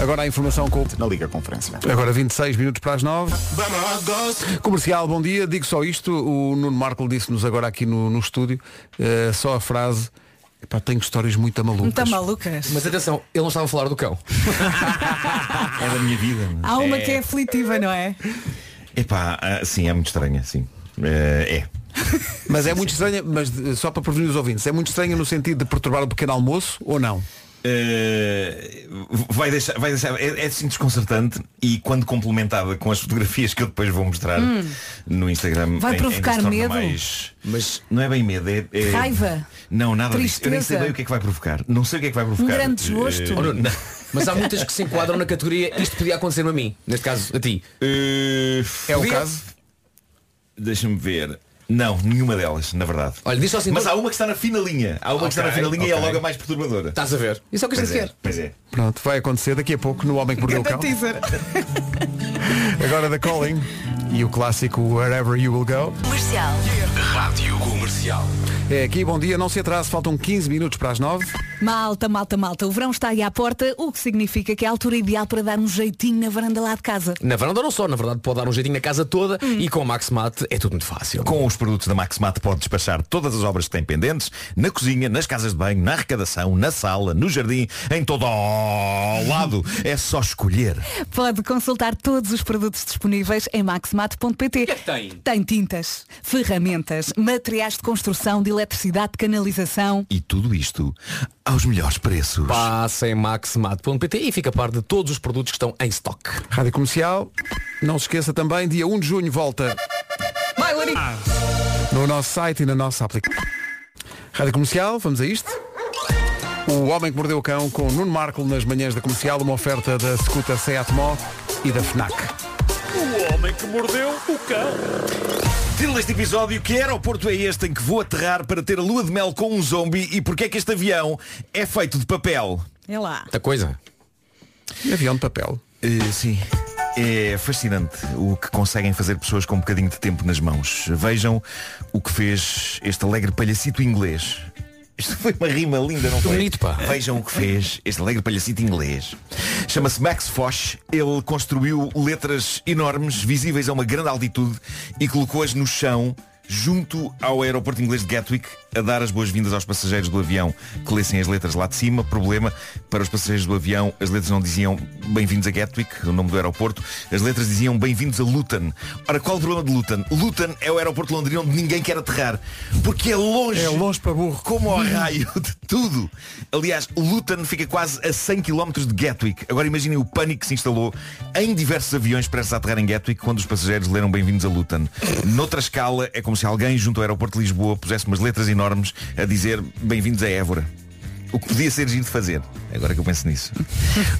Speaker 1: Agora a informação com o
Speaker 9: Na Liga Conferência.
Speaker 1: Agora 26 minutos para as 9. Comercial, bom dia. Digo só isto, o Nuno Marco disse-nos agora aqui no, no estúdio, eh, só a frase, epá, tenho histórias muito malucas.
Speaker 4: Está malucas.
Speaker 2: Mas atenção, ele não estava a falar do cão.
Speaker 9: É da minha vida. não é?
Speaker 4: Há uma que é aflitiva, não é?
Speaker 9: Epá, ah, sim, é muito estranha, sim. Eh,
Speaker 1: Mas é muito estranha, mas eh, só para prevenir os ouvintes, é muito estranha no sentido de perturbar o pequeno almoço ou não?
Speaker 9: é. Eh, vai deixar, vai deixar, é, é assim desconcertante e quando complementada com as fotografias que eu depois vou mostrar no Instagram
Speaker 4: Hum. Vai
Speaker 9: ai- ainda
Speaker 4: provocar
Speaker 9: se torna
Speaker 4: medo?
Speaker 9: mais- mas não é bem medo, é, é-
Speaker 4: Raiva?
Speaker 9: Não, nada disso. Eu nem sei
Speaker 4: Tristeza? Um
Speaker 9: bem o que é que vai provocar. Não sei o que é que vai provocar.
Speaker 4: grande desgosto?
Speaker 9: Eh,
Speaker 2: Oh, Nuno,
Speaker 9: não.
Speaker 2: Mas há muitas que se enquadram na categoria isto podia acontecer a mim, neste caso a ti.
Speaker 9: Eh,
Speaker 1: É o
Speaker 2: Podia-
Speaker 1: caso?
Speaker 9: Deixa-me ver. Não, nenhuma delas, na verdade.
Speaker 2: Olha, diz só assim,
Speaker 9: Mas
Speaker 2: então-
Speaker 9: há uma que está na fina linha. Há uma que está na
Speaker 2: Ok,
Speaker 9: fina linha e é
Speaker 2: ok.
Speaker 9: logo a mais perturbadora.
Speaker 2: Estás a ver? Isso é o que a
Speaker 9: Pois
Speaker 2: gente
Speaker 9: é,
Speaker 2: quer.
Speaker 9: pois é.
Speaker 1: Pronto, vai acontecer daqui a pouco no Homem que Mordeu o Cão.
Speaker 4: teaser.
Speaker 1: Agora da Colin e o clássico Wherever You Will Go.
Speaker 8: Comercial.
Speaker 1: É aqui, bom dia, não se atrase, faltam 15 minutos para as 9.
Speaker 4: Malta, malta, malta, o verão está aí à porta, o que significa que é a altura ideal para dar um jeitinho na varanda lá de casa.
Speaker 2: Na verdade ou não só, na verdade pode dar um jeitinho na casa toda e com o Max Mate é tudo muito fácil.
Speaker 9: Com os produtos da Maxmat pode despachar todas as obras que tem pendentes, na cozinha, nas casas de banho, na arrecadação, na sala, no jardim, em todo o lado. É só escolher.
Speaker 4: Pode consultar todos os produtos disponíveis em maxmato.pt.
Speaker 2: tem?
Speaker 4: Tem tintas, ferramentas, materiais de construção, de eletricidade, de canalização.
Speaker 9: E tudo isto aos melhores preços.
Speaker 2: Passem maxmat.pt e fica a par de todos os produtos que estão em stock.
Speaker 1: Rádio Comercial, não se esqueça também, dia 1 de junho volta
Speaker 4: Vai, Lari!
Speaker 1: no nosso site e na nossa aplicação. Rádio Comercial, vamos a isto. O Homem que Mordeu o Cão com Nuno Marco nas manhãs da comercial, uma oferta da Secuta Seat Mó e da FNAC.
Speaker 7: O homem que mordeu o cão.
Speaker 9: Título deste episódio que aeroporto é este em que vou aterrar para ter a lua de mel com um zombie e porque é que este avião é feito de papel?
Speaker 10: É lá.
Speaker 2: Muita coisa.
Speaker 1: Avião de papel.
Speaker 9: Eh, sim. É fascinante o que conseguem fazer pessoas com um bocadinho de tempo nas mãos. Vejam o que fez este alegre palhacito inglês. Isto foi uma rima linda, não foi?
Speaker 2: bonito, pá.
Speaker 9: Vejam o que fez este alegre palhacito inglês. Chama-se Max Foch. Ele construiu letras enormes, visíveis a uma grande altitude, e colocou-as no chão, junto ao aeroporto inglês de Gatwick, a dar as boas-vindas aos passageiros do avião que lessem as letras lá de cima. Problema, para os passageiros do avião, as letras não diziam bem-vindos a Gatwick, o nome do aeroporto. As letras diziam bem-vindos a Luton. Ora, qual o problema de Luton? Luton é o aeroporto londrino onde ninguém quer aterrar, porque é longe
Speaker 1: É longe para burro.
Speaker 9: como ao raio de tudo. Aliás, Luton fica quase a 100 km de Gatwick. Agora imaginem o pânico que se instalou em diversos aviões prestes a aterrar em Gatwick quando os passageiros leram bem-vindos a Luton. Noutra escala, é como se alguém junto ao aeroporto de Lisboa pusesse umas letras enormes a dizer bem-vindos a Évora. O que podia ser giro de fazer, agora que eu penso nisso.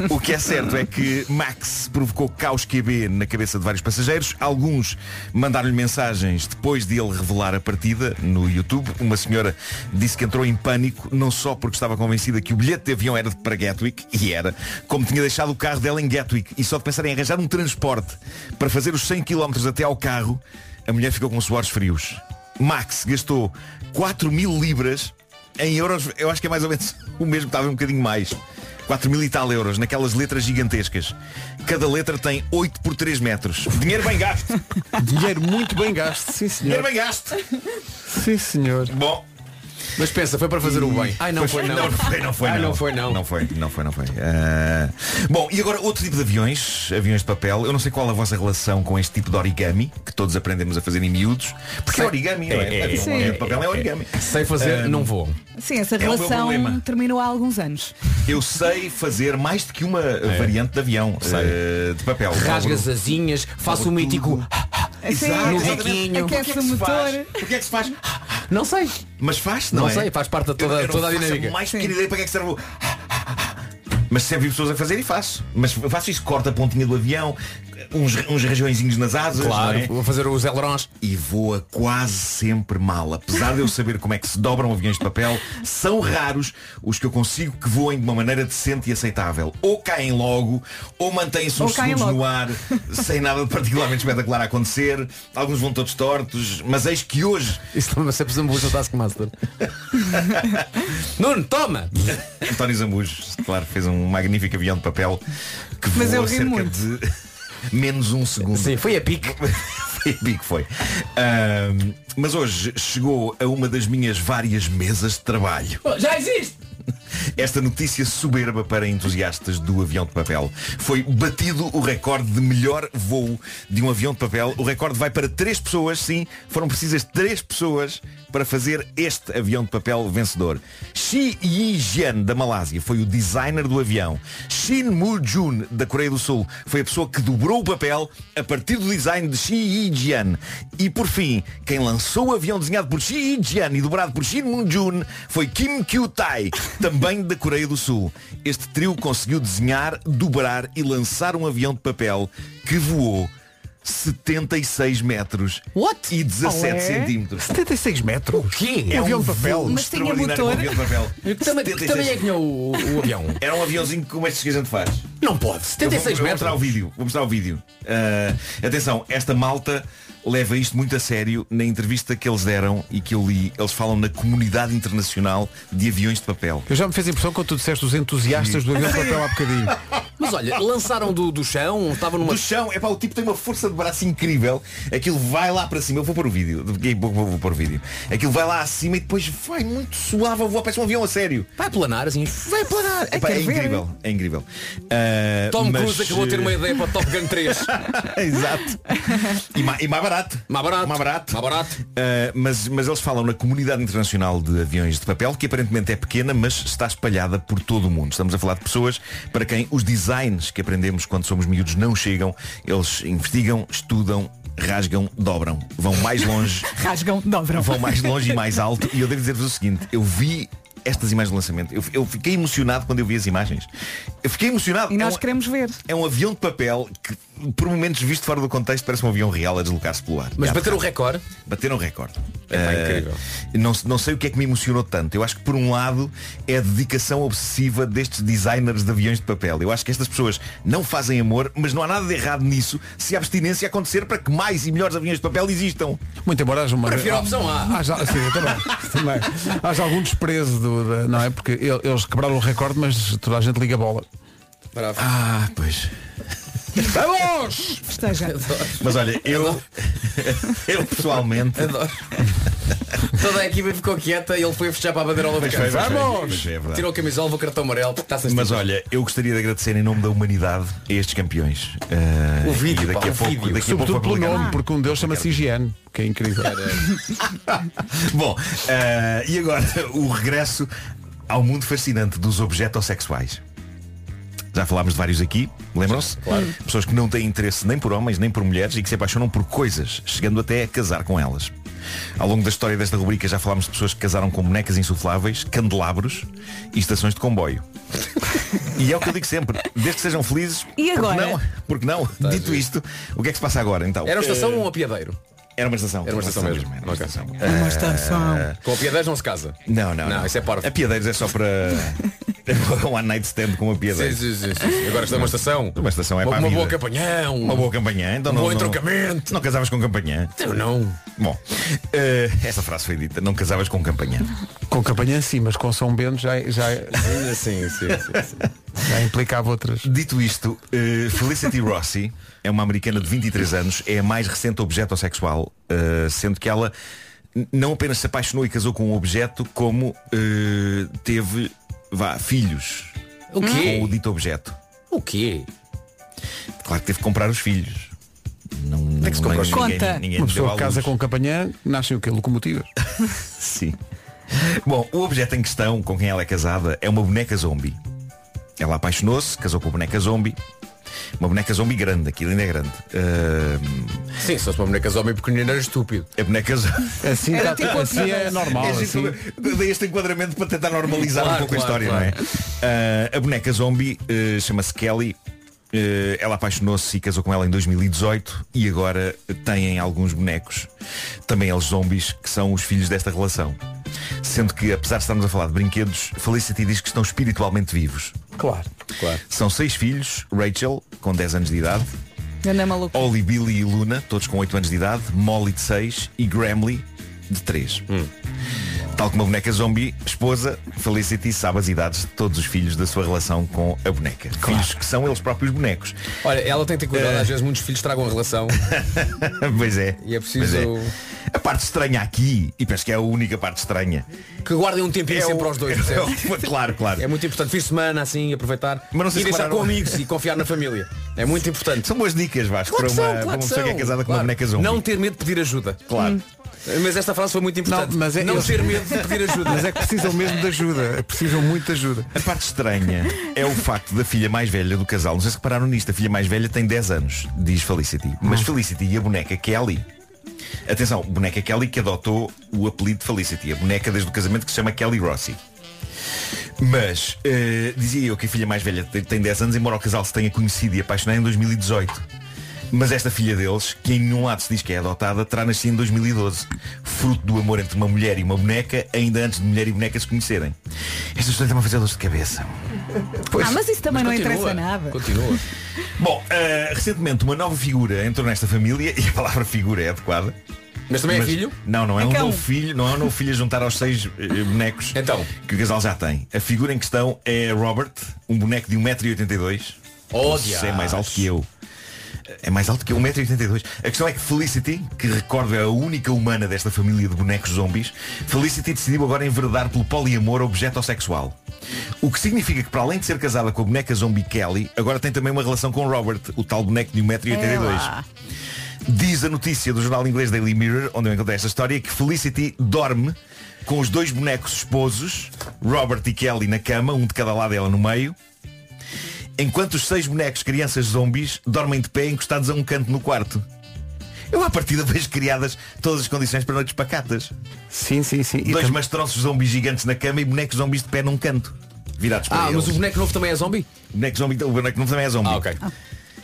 Speaker 9: O que é certo é que Max provocou caos QB na cabeça de vários passageiros. Alguns mandaram-lhe mensagens depois de ele revelar a partida no YouTube. Uma senhora disse que entrou em pânico, não só porque estava convencida que o bilhete de avião era de- para Gatwick, e era, como tinha deixado o carro dela em Gatwick, e só de pensar em arranjar um transporte para fazer os 100 km até ao carro, a mulher ficou com suores frios. Max gastou 4 mil libras em euros, eu acho que é mais ou menos o mesmo, estava um bocadinho mais. 4 mil e tal euros, naquelas letras gigantescas. Cada letra tem 8 por 3 metros. Dinheiro bem gasto.
Speaker 1: Dinheiro muito bem gasto, sim senhor.
Speaker 9: Dinheiro bem gasto.
Speaker 1: Sim senhor.
Speaker 9: Bom.
Speaker 2: Mas pensa, foi para fazer o bem. Ai não, foi não.
Speaker 9: Não foi, não foi.
Speaker 2: Ai,
Speaker 9: não.
Speaker 2: não foi, não.
Speaker 9: Não foi, não foi, não foi. Ah, Bom, e agora outro tipo de aviões, aviões de papel. Eu não sei qual a vossa relação com este tipo de origami, que todos aprendemos a fazer em miúdos. Porque é origami, não é? Avião-
Speaker 4: Sim.
Speaker 9: avião de papel é origami.
Speaker 2: Sem
Speaker 9: Ehm,
Speaker 2: fazer, não vou.
Speaker 4: Sim, essa
Speaker 9: meu
Speaker 4: relação
Speaker 9: problema.
Speaker 4: terminou há alguns anos.
Speaker 9: Eu sei fazer mais do que uma
Speaker 2: É.
Speaker 9: variante de avião eh, de papel.
Speaker 2: Rasga as asinhas, faço o mítico. Ah,
Speaker 4: É
Speaker 9: Exato,
Speaker 2: no
Speaker 9: exatamente.
Speaker 2: biquinho.
Speaker 9: O que é que
Speaker 4: Aquece
Speaker 9: se
Speaker 4: o
Speaker 9: faz?
Speaker 4: motor.
Speaker 9: O que é que se faz?
Speaker 2: Não sei.
Speaker 9: Mas faz, não,
Speaker 2: Não,
Speaker 9: é?
Speaker 2: sei, faz parte de
Speaker 9: Eu-
Speaker 2: toda,
Speaker 9: eu não
Speaker 2: toda a
Speaker 9: faço
Speaker 2: dinâmica.
Speaker 9: mais pequena ideia para que é que serve o... ah, Mas sempre vi pessoas a fazer e faço. Mas eu faço isso, corto a pontinha do avião, uns, uns rajõezinhos nas asas.
Speaker 2: Claro,
Speaker 9: não é?
Speaker 2: vou fazer os ailerons.
Speaker 9: E voa quase sempre mal. Apesar de eu saber como é que se dobram aviões de papel, são raros os que eu consigo que voem de uma maneira decente e aceitável. Ou caem logo, ou mantêm-se
Speaker 4: Ou
Speaker 9: uns
Speaker 4: caem
Speaker 9: segundos
Speaker 4: logo.
Speaker 9: no ar, sem nada de particularmente espetacular a acontecer. Alguns vão todos tortos, mas eis que hoje
Speaker 2: Isso também sempre um bucho Taskmaster. Nuno, toma!
Speaker 9: António Zambujo, claro, fez um magnífico avião de papel que
Speaker 4: Mas eu
Speaker 9: voou
Speaker 4: ri
Speaker 9: cerca
Speaker 4: muito.
Speaker 9: de menos um segundo.
Speaker 2: Sim, foi a pique.
Speaker 9: Foi Bico foi. Ahm, mas hoje chegou a uma das minhas várias mesas de trabalho.
Speaker 2: Já existe!
Speaker 9: Esta notícia soberba para entusiastas do avião de papel. Foi batido o recorde de melhor voo de um avião de papel. O recorde vai para três pessoas, sim, foram precisas três pessoas para fazer este avião de papel vencedor. Shi Yijian, da Malásia, foi o designer do avião. Shin Mu Jun, da Coreia do Sul, foi a pessoa que dobrou o papel a partir do design de Shi Yijian. E por fim, quem lançou o avião desenhado por Shi Yijian e dobrado por Shin Mu Jun foi Kim Kyu-tai, também da Coreia do Sul. Este trio conseguiu desenhar, dobrar e lançar um avião de papel que voou 76 metros
Speaker 2: What? Um
Speaker 9: e 17
Speaker 4: Olé.
Speaker 9: centímetros.
Speaker 1: 76 metros.
Speaker 2: quê?
Speaker 9: É
Speaker 1: avião de papel?
Speaker 9: voo
Speaker 4: Mas tinha
Speaker 9: extraordinário
Speaker 4: motor?
Speaker 9: para um avião de papel.
Speaker 2: Que tama- que
Speaker 9: 76.
Speaker 2: tamanho é que tinha o, o avião?
Speaker 9: Era um aviãozinho como estes que a gente faz.
Speaker 2: Não pode. 76
Speaker 9: Eu vou- eu vou,
Speaker 2: metros.
Speaker 9: mostrar o vídeo. Vou mostrar o vídeo. Ah, atenção, esta malta leva isto muito a sério na entrevista que eles deram e que eu li. Eles falam na comunidade internacional de aviões de papel.
Speaker 1: Eu já me fez a impressão quando tu disseste os entusiastas do avião de papel há bocadinho.
Speaker 2: Mas olha, lançaram do, do chão, estava numa.
Speaker 9: Do chão, é pá, o tipo tem uma força de braço incrível. Aquilo vai lá para cima. Eu vou pôr o vídeo. Daqui a pouco Vou, vou pôr o vídeo. Aquilo vai lá acima e depois vai muito suave a voar. Parece um avião a sério.
Speaker 2: Vai planar assim. Vai planar.
Speaker 9: Epá, é incrível, é incrível. Ah,
Speaker 2: Tom
Speaker 9: mas, eh,
Speaker 2: Cruise acabou de ter uma ideia para o Top Gun 3.
Speaker 9: Exato. E, ma- e mais barato.
Speaker 2: Mais barato.
Speaker 9: Mais barato.
Speaker 2: Mais barato.
Speaker 9: Uh, mas, mas eles falam na comunidade internacional de aviões de papel, que aparentemente é pequena, mas está espalhada por todo o mundo. Estamos a falar de pessoas para quem os designs que aprendemos quando somos miúdos não chegam. Eles investigam, estudam, rasgam, dobram. Vão mais longe
Speaker 4: Rasgam, dobram.
Speaker 9: vão mais longe e mais alto e eu devo dizer-vos o seguinte eu vi estas imagens de lançamento. Eu, eu fiquei emocionado quando eu vi as imagens. Eu fiquei emocionado.
Speaker 4: E
Speaker 9: É
Speaker 4: nós
Speaker 9: um-
Speaker 4: queremos ver.
Speaker 9: é um avião de papel que, por momentos visto fora do contexto, parece um avião real a deslocar-se pelo ar.
Speaker 2: Mas
Speaker 9: Já,
Speaker 2: bater o recorde.
Speaker 9: Bateram um recorde.
Speaker 2: pá,
Speaker 9: Eh,
Speaker 2: incrível.
Speaker 9: não, não sei o que é que me emocionou tanto. Eu acho que por um lado é a dedicação obsessiva destes designers de aviões de papel. Eu acho que estas pessoas não fazem amor, mas não há nada de errado nisso se a abstinência acontecer para que mais e melhores aviões de papel existam.
Speaker 1: Muito embora haja uma...
Speaker 2: Prefiro a opção A.
Speaker 1: Haja, sim, eu também, também. Haja algum desprezo, do, da- não é? Porque ele- eles quebraram o recorde, mas toda a gente liga a bola.
Speaker 9: Ah, pois.
Speaker 1: Vamos!
Speaker 4: Festeja.
Speaker 9: Mas olha, eu, eu pessoalmente.
Speaker 2: Adoro. Toda a equipa ficou quieta e ele foi fechar para a bandeira ao lado da
Speaker 9: Mas foi, mas
Speaker 2: casa.
Speaker 9: foi,
Speaker 1: Vamos!
Speaker 9: mas é verdade.
Speaker 2: Tirou o camisola, levou o cartão amarelo, taças de
Speaker 9: Mas
Speaker 2: tinta.
Speaker 9: olha, eu gostaria de agradecer em nome da humanidade a estes campeões. Ah,
Speaker 2: O vídeo,
Speaker 9: e daqui
Speaker 2: pá,
Speaker 9: a
Speaker 2: o
Speaker 9: pouco,
Speaker 2: vídeo.
Speaker 9: Daqui a pouco
Speaker 1: Sobretudo
Speaker 9: vou
Speaker 1: pelo
Speaker 9: publicar
Speaker 1: nome,
Speaker 9: um-
Speaker 1: porque um deles chama-se Higiene, que é incrível.
Speaker 9: Bom, ah, e agora o regresso ao mundo fascinante dos objetos Já falámos de vários aqui, lembram-se? Hum. Pessoas que não têm interesse nem por homens, nem por mulheres e que se apaixonam por coisas, chegando até a casar com elas. Ao longo da história desta rubrica já falámos de pessoas que casaram com bonecas insufláveis, candelabros e estações de comboio. e é o que eu digo sempre, desde que sejam felizes,
Speaker 4: E agora?
Speaker 9: porque não? Porque não? Dito isto, o que é que se passa agora então?
Speaker 2: Tá, Era uma estação ou um apiadeiro?
Speaker 9: Era uma estação.
Speaker 2: Era uma estação mesmo.
Speaker 9: Era uma estação.
Speaker 4: Uma estação.
Speaker 2: Com apiadeiros não se casa.
Speaker 9: Não, não,
Speaker 2: Não, isso é parvo.
Speaker 9: A piadeiros é só para um one night stand com uma
Speaker 2: Sim,
Speaker 9: piadeira.
Speaker 2: sim, sim, sim. Agora está uma estação.
Speaker 9: Uma estação é
Speaker 2: Uma,
Speaker 9: para a
Speaker 2: uma
Speaker 9: vida.
Speaker 2: boa campanhão.
Speaker 9: Uma boa campanhã, então
Speaker 2: Um
Speaker 9: não,
Speaker 2: bom
Speaker 9: não-
Speaker 2: entrocamento.
Speaker 9: Não casavas com campanhã.
Speaker 2: Eu Então não.
Speaker 9: Bom, eh, essa frase foi dita, não casavas com campanhã.
Speaker 1: Com campanha sim, mas com São Bento já, já,
Speaker 2: Sim, sim, sim.
Speaker 1: já implicava outras.
Speaker 9: Dito isto, eh, Felicity Rossi é uma americana de 23 anos, é a mais recente objeto sexual, eh, sendo que ela n- não apenas se apaixonou e casou com um objeto, como eh, teve, vá, filhos
Speaker 2: O
Speaker 9: com o
Speaker 2: quê?
Speaker 9: dito objeto.
Speaker 2: O quê?
Speaker 9: Claro que teve que comprar os filhos. Não, não
Speaker 2: é que se comprar
Speaker 9: ninguém-
Speaker 4: filhos.
Speaker 2: os
Speaker 9: ninguém-
Speaker 4: Conta.
Speaker 9: ninguém
Speaker 1: Uma
Speaker 9: deu
Speaker 1: pessoa
Speaker 9: à
Speaker 1: que casa
Speaker 9: luz.
Speaker 1: com campanha nascem o quê? Locomotivas.
Speaker 9: Sim. Bom, o objeto em questão com quem ela é casada é uma boneca zombie. Ela apaixonou-se, casou com a boneca zombie. Uma boneca zombie grande, aquilo ainda é grande. Ah,
Speaker 2: Sim, só se para bonecas homem pequenino era estúpido.
Speaker 9: a boneca zombie.
Speaker 1: Assim,
Speaker 4: Era
Speaker 1: tá-
Speaker 4: tipo
Speaker 1: assim é
Speaker 4: apiadeiro.
Speaker 1: normal.
Speaker 9: É
Speaker 1: assim.
Speaker 9: giro, Dei este enquadramento para tentar normalizar
Speaker 2: Claro,
Speaker 9: um pouco a
Speaker 2: claro,
Speaker 9: história,
Speaker 2: claro.
Speaker 9: não é? Ah, a boneca zombie eh, chama-se Kelly. Eh, ela apaixonou-se e casou com ela em 2018 e agora têm alguns bonecos, também eles zombies, que são os filhos desta relação. Sendo que, apesar de estarmos a falar de brinquedos, Felicity diz que estão espiritualmente vivos.
Speaker 1: Claro.
Speaker 9: São seis filhos, Rachel, com 10 anos de idade,
Speaker 4: Não é maluco.
Speaker 9: Oli, Billy e Luna, todos com 8 anos de idade, Molly de 6 e Gramly de 3. Tal como a boneca zombie, esposa, Felicity sabe as idades de todos os filhos da sua relação com a boneca. Filhos que são eles próprios bonecos.
Speaker 2: Olha, ela tem que ter cuidado, às vezes muitos filhos tragam a relação.
Speaker 9: pois é.
Speaker 2: E é preciso-
Speaker 9: pois é. A parte estranha aqui, e penso que é a única parte estranha.
Speaker 2: Que guardem um tempinho
Speaker 9: é
Speaker 2: sempre
Speaker 9: o-
Speaker 2: aos dois, percebes?
Speaker 9: claro, claro.
Speaker 2: É muito importante, fim de semana, assim, aproveitar
Speaker 9: Mas não sei
Speaker 2: e
Speaker 9: se
Speaker 2: deixar
Speaker 9: repararam.
Speaker 2: com amigos e confiar na família. É muito importante.
Speaker 9: São boas dicas, Vasco,
Speaker 2: Claro
Speaker 9: para
Speaker 2: que são,
Speaker 9: uma, para
Speaker 2: claro
Speaker 9: uma
Speaker 2: que
Speaker 9: pessoa que é
Speaker 2: são.
Speaker 9: casada com uma
Speaker 2: Claro.
Speaker 9: boneca zombie.
Speaker 2: Não Hum. ter medo de pedir ajuda.
Speaker 9: Claro.
Speaker 2: Mas esta frase foi muito importante.
Speaker 1: Não,
Speaker 2: Não,
Speaker 1: mas é- eu-
Speaker 2: ter medo de pedir ajuda.
Speaker 1: Mas é que precisam mesmo de ajuda. Precisam muito de ajuda.
Speaker 9: A parte estranha é o facto da filha mais velha do casal. Não sei se repararam nisto, a filha mais velha tem 10 anos, diz Felicity. Mas Felicity e a boneca Kelly. Atenção, boneca Kelly que adotou o apelido de Felicity, a boneca desde o casamento que se chama Kelly Rossi. Mas eh, dizia eu que a filha mais velha te- tem 10 anos, embora o casal se tenha conhecido e apaixonado em 2018. Mas esta filha deles, que em nenhum lado se diz que é adotada, terá nascido em 2012, fruto do amor entre uma mulher e uma boneca, ainda antes de mulher e boneca se conhecerem. Estas pessoas estão a fazer dores de cabeça.
Speaker 4: ah, mas isso também não interessa nada.
Speaker 2: Continua.
Speaker 9: Bom, eh, recentemente uma nova figura entrou nesta família, e a palavra figura é adequada.
Speaker 2: Mas também
Speaker 9: Mas-
Speaker 2: é filho?
Speaker 9: Não, não é,
Speaker 4: É
Speaker 9: um
Speaker 4: cão.
Speaker 9: novo filho, não é um novo filho a juntar aos seis eh, bonecos
Speaker 2: Então.
Speaker 9: que o casal já tem. A figura em questão é Robert, um boneco de 1,82m.
Speaker 2: Oh,
Speaker 9: é
Speaker 2: diabos.
Speaker 9: mais alto que eu. É mais alto que eu, 1,82m. A questão é que Felicity, que recordo é a única humana desta família de bonecos zombies, Felicity decidiu agora enveredar pelo poliamor objeto-sexual. O que significa que para além de ser casada com a boneca zombie Kelly, agora tem também uma relação com Robert, o tal boneco de 1,82m.
Speaker 4: Ela.
Speaker 9: Diz a notícia do jornal inglês Daily Mirror, onde eu encontrei esta história, que Felicity dorme com os dois bonecos esposos, Robert e Kelly na cama, um de cada lado e ela no meio, enquanto os seis bonecos crianças zombies dormem de pé encostados a um canto no quarto. Eu à partida vejo criadas todas as condições para noites pacatas.
Speaker 1: Sim, sim, sim. E
Speaker 9: Dois
Speaker 1: tam-
Speaker 9: mastroços zombies gigantes na cama e bonecos zombies de pé num canto. Virados para
Speaker 2: Ah,
Speaker 9: eles.
Speaker 2: mas o boneco novo também é zombie?
Speaker 9: O boneco zombie, o boneco novo também é zombie.
Speaker 2: Ah, ok.